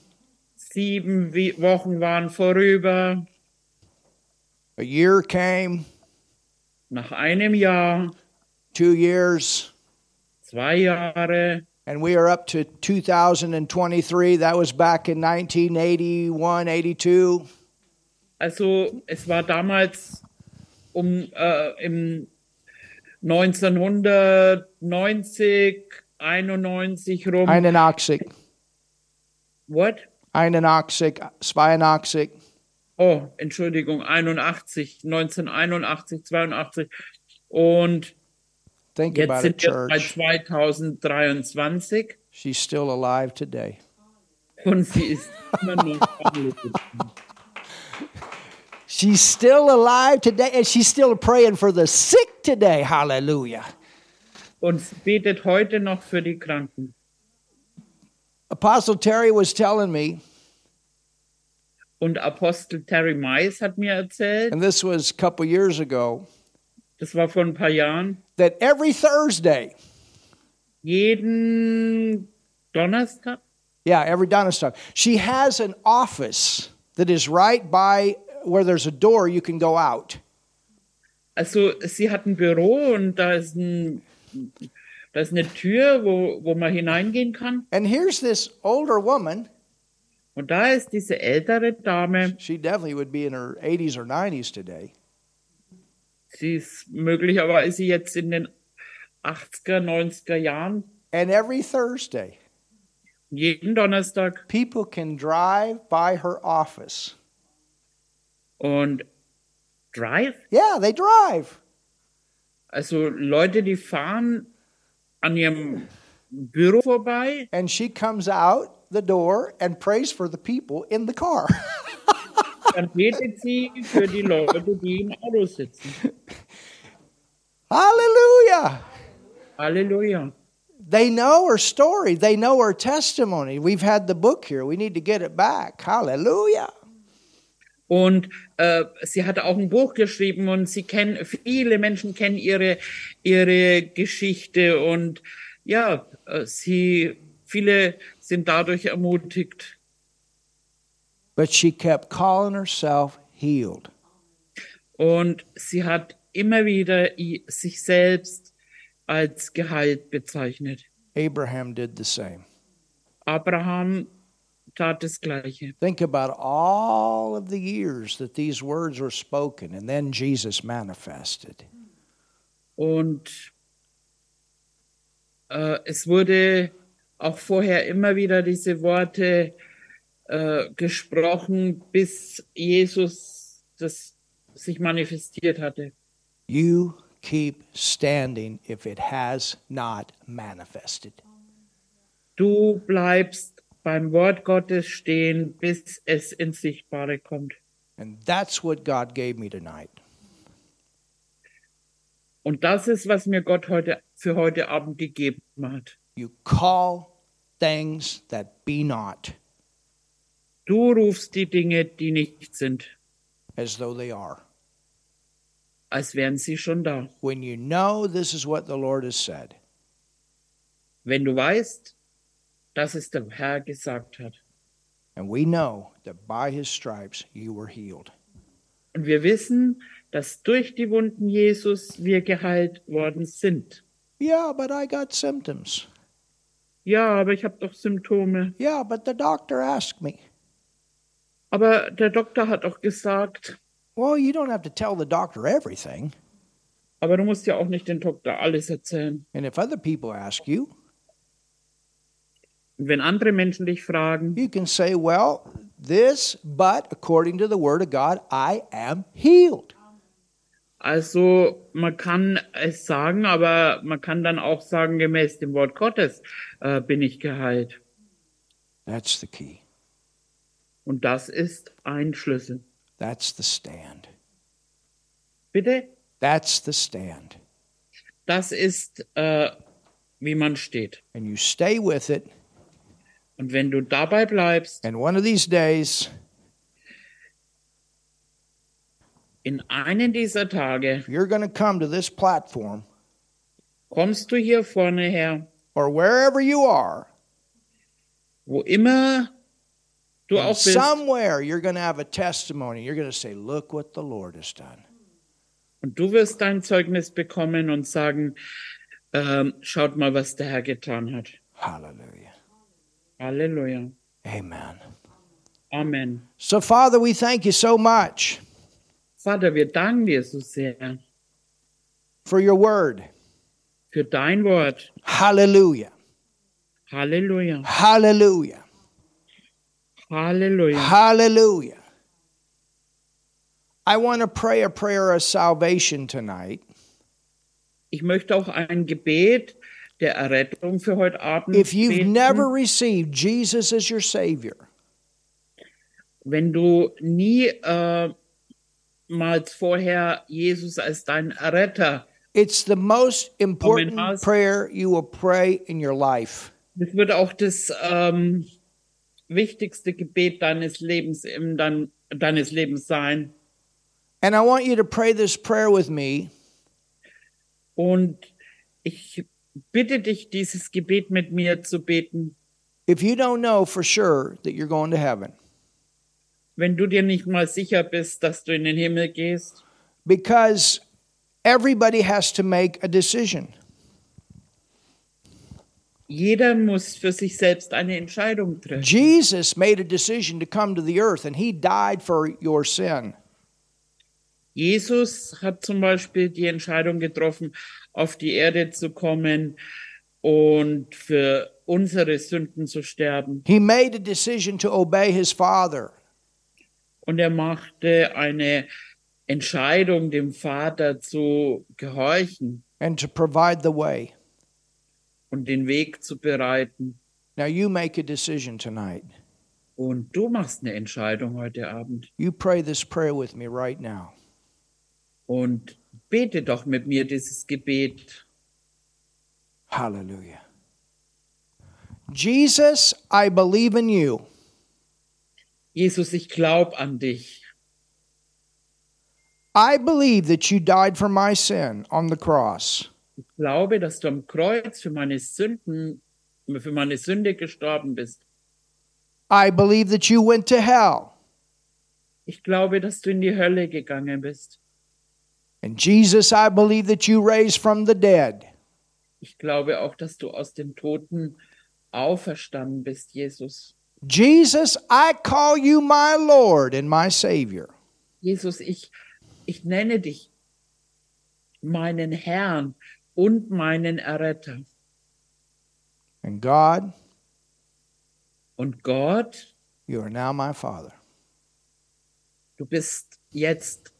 [SPEAKER 2] sieben Wi- Wochen waren vorüber.
[SPEAKER 1] a year came,
[SPEAKER 2] Nach einem Jahr,
[SPEAKER 1] two years,
[SPEAKER 2] zwei Jahre.
[SPEAKER 1] and we are up to 2023. That was back in 1981, 82.
[SPEAKER 2] Also es war damals um äh, im 1990, 91 rum.
[SPEAKER 1] Einanoxic,
[SPEAKER 2] What?
[SPEAKER 1] Einanoxic, Spinoxic.
[SPEAKER 2] Oh, Entschuldigung, 81, 1981, 82. Und
[SPEAKER 1] Think
[SPEAKER 2] jetzt
[SPEAKER 1] about it,
[SPEAKER 2] sind wir bei
[SPEAKER 1] church.
[SPEAKER 2] 2023
[SPEAKER 1] She's still alive today.
[SPEAKER 2] und sie ist immer noch am Leben.
[SPEAKER 1] She's still alive today, and she's still praying for the sick today. Hallelujah.
[SPEAKER 2] und sie betet heute noch für die Kranken.
[SPEAKER 1] Apostle Terry was telling me,
[SPEAKER 2] Und Apostel Terry Mice hat mir erzählt,
[SPEAKER 1] and this was a couple years ago,
[SPEAKER 2] das war vor ein paar Jahren,
[SPEAKER 1] that every Thursday,
[SPEAKER 2] jeden Donnerstag,
[SPEAKER 1] yeah, every Donnerstag, she has an office that is right by where there's a door you can go out.
[SPEAKER 2] also sie hat ein Büro und da ist, ein, da ist eine Tür, wo, wo man hineingehen kann.
[SPEAKER 1] And here's this older woman.
[SPEAKER 2] Und da ist diese ältere Dame,
[SPEAKER 1] She definitely would be in her 80s or 90s today.
[SPEAKER 2] sie ist möglicherweise jetzt in den 80er, 90er Jahren,
[SPEAKER 1] And every Thursday,
[SPEAKER 2] jeden Donnerstag.
[SPEAKER 1] people can drive by her office.
[SPEAKER 2] Und Drive,
[SPEAKER 1] Yeah, they drive.
[SPEAKER 2] also Leute, die fahren an ihrem Büro vorbei
[SPEAKER 1] and she comes out the door and prays for the people in the car.
[SPEAKER 2] Dann betet sie für die Leute, die im Auto sitzen.
[SPEAKER 1] Hallelujah.
[SPEAKER 2] Halleluja.
[SPEAKER 1] They know her story, they know her testimony. We've had the book here. We need to get it back. Hallelujah.
[SPEAKER 2] Und äh, sie hat auch ein Buch geschrieben und sie kennen, viele Menschen kennen ihre, ihre Geschichte und ja, äh, sie, viele sind dadurch ermutigt.
[SPEAKER 1] But she kept calling herself healed.
[SPEAKER 2] Und sie hat immer wieder i- sich selbst als geheilt bezeichnet.
[SPEAKER 1] Abraham did the same.
[SPEAKER 2] Abraham tat das Gleiche.
[SPEAKER 1] Think about all of the years that these words were spoken and then Jesus manifested.
[SPEAKER 2] Und äh, es wurde auch vorher immer wieder diese Worte äh, gesprochen, bis Jesus das sich manifestiert hatte.
[SPEAKER 1] You keep standing if it has not manifested.
[SPEAKER 2] Du bleibst beim Wort Gottes stehen, bis es ins Sichtbare kommt.
[SPEAKER 1] And that's what God gave me tonight.
[SPEAKER 2] Und das ist, was mir Gott heute für heute Abend gegeben hat.
[SPEAKER 1] You call things that be not
[SPEAKER 2] Du rufst die Dinge, die nicht sind,
[SPEAKER 1] as though they are.
[SPEAKER 2] als wären sie schon da.
[SPEAKER 1] When you know this is what the Lord has said,
[SPEAKER 2] Wenn du weißt, dass es der Herr gesagt hat.
[SPEAKER 1] and we know that by his stripes you were healed.
[SPEAKER 2] Und wir wissen, dass durch die Wunden Jesus wir geheilt worden sind.
[SPEAKER 1] Yeah, but I got symptoms.
[SPEAKER 2] Ja, aber ich habe doch Symptome.
[SPEAKER 1] Yeah, but the doctor asked me.
[SPEAKER 2] Aber der Doktor hat auch gesagt,
[SPEAKER 1] Well, you don't have to tell the doctor everything.
[SPEAKER 2] aber du musst ja auch nicht dem Doktor alles erzählen.
[SPEAKER 1] And if other people ask you,
[SPEAKER 2] Und wenn andere Menschen dich fragen,
[SPEAKER 1] you can say, Well, this, but according to the word of God, I am healed.
[SPEAKER 2] Also man kann es sagen, aber man kann dann auch sagen, gemäß dem Wort Gottes äh, bin ich geheilt.
[SPEAKER 1] That's the key.
[SPEAKER 2] Und das ist ein Schlüssel.
[SPEAKER 1] That's the stand.
[SPEAKER 2] Bitte,
[SPEAKER 1] That's the stand.
[SPEAKER 2] das ist, äh, wie man steht.
[SPEAKER 1] And you stay with it.
[SPEAKER 2] Und wenn du dabei bleibst,
[SPEAKER 1] And one of these days,
[SPEAKER 2] in einem dieser Tage
[SPEAKER 1] you're going to come to this platform
[SPEAKER 2] kommst du hier vorne her,
[SPEAKER 1] or wherever you are,
[SPEAKER 2] wo immer du
[SPEAKER 1] and
[SPEAKER 2] auch bist,
[SPEAKER 1] somewhere you're going to have a testimony. You're going to say, Look what the Lord has done.
[SPEAKER 2] und du wirst dein Zeugnis bekommen und sagen, ähm, schaut mal, was der Herr getan hat.
[SPEAKER 1] Hallelujah.
[SPEAKER 2] Halleluja.
[SPEAKER 1] Amen.
[SPEAKER 2] Amen.
[SPEAKER 1] So, Father, we thank you so much
[SPEAKER 2] Vater, wir danken dir so sehr.
[SPEAKER 1] for your word.
[SPEAKER 2] für dein Wort.
[SPEAKER 1] Hallelujah.
[SPEAKER 2] Halleluja.
[SPEAKER 1] Hallelujah.
[SPEAKER 2] Halleluja.
[SPEAKER 1] Hallelujah. I want to pray a prayer of salvation tonight.
[SPEAKER 2] Ich möchte auch ein Gebet der Errettung für heute Abend
[SPEAKER 1] If you've
[SPEAKER 2] beten.
[SPEAKER 1] never received Jesus as your Savior,
[SPEAKER 2] Wenn du nie äh, mal vorher Jesus als deinen Retter,
[SPEAKER 1] it's the most important
[SPEAKER 2] Amen.
[SPEAKER 1] prayer you will pray in your life.
[SPEAKER 2] das wird auch das ähm, wichtigste Gebet deines Lebens im dein, deines Lebens sein.
[SPEAKER 1] And I want you to pray this prayer with me
[SPEAKER 2] Und ich bitte dich, dieses Gebet mit mir zu beten.
[SPEAKER 1] if you don't know for sure that you're going to heaven.
[SPEAKER 2] Wenn du dir nicht mal sicher bist, dass du in den Himmel gehst,
[SPEAKER 1] Because everybody has to make a decision.
[SPEAKER 2] Jeder muss für sich selbst eine Entscheidung treffen.
[SPEAKER 1] Jesus made a decision to come to the earth and he died for your sin.
[SPEAKER 2] Jesus hat zum Beispiel die Entscheidung getroffen, auf die Erde zu kommen und für unsere Sünden zu sterben.
[SPEAKER 1] He made a decision to obey his Father.
[SPEAKER 2] Und er machte eine Entscheidung, dem Vater zu gehorchen
[SPEAKER 1] and to provide the way.
[SPEAKER 2] und den Weg zu bereiten.
[SPEAKER 1] Now you make a decision tonight.
[SPEAKER 2] Und du machst eine Entscheidung heute Abend.
[SPEAKER 1] You pray this prayer with me right now.
[SPEAKER 2] Und bete doch mit mir dieses Gebet.
[SPEAKER 1] Hallelujah. Jesus, I believe in you.
[SPEAKER 2] Jesus, ich glaube an dich.
[SPEAKER 1] I believe that you died for my sin on the cross.
[SPEAKER 2] glaube, dass du am Kreuz für meine Sünden, für meine Sünde gestorben bist.
[SPEAKER 1] I believe that you went to hell.
[SPEAKER 2] Ich glaube, dass du in die Hölle gegangen bist.
[SPEAKER 1] And Jesus, I believe that you raised from the dead.
[SPEAKER 2] Ich glaube auch, dass du aus den Toten auferstanden bist, Jesus.
[SPEAKER 1] Jesus, I call you my Lord and my Savior.
[SPEAKER 2] Jesus, ich, ich nenne dich meinen Herrn und meinen Erretter.
[SPEAKER 1] And God,
[SPEAKER 2] Und Gott,
[SPEAKER 1] you are now my Father.
[SPEAKER 2] du bist jetzt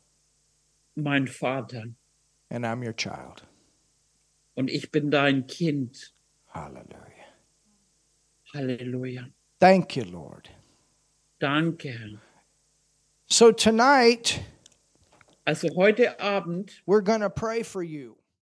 [SPEAKER 2] mein Vater
[SPEAKER 1] And I'm your child.
[SPEAKER 2] und ich bin dein Kind.
[SPEAKER 1] Hallelujah.
[SPEAKER 2] Halleluja.
[SPEAKER 1] Thank you, Lord.
[SPEAKER 2] Danke, Herr.
[SPEAKER 1] So tonight,
[SPEAKER 2] Also heute Abend
[SPEAKER 1] we're going to pray for you.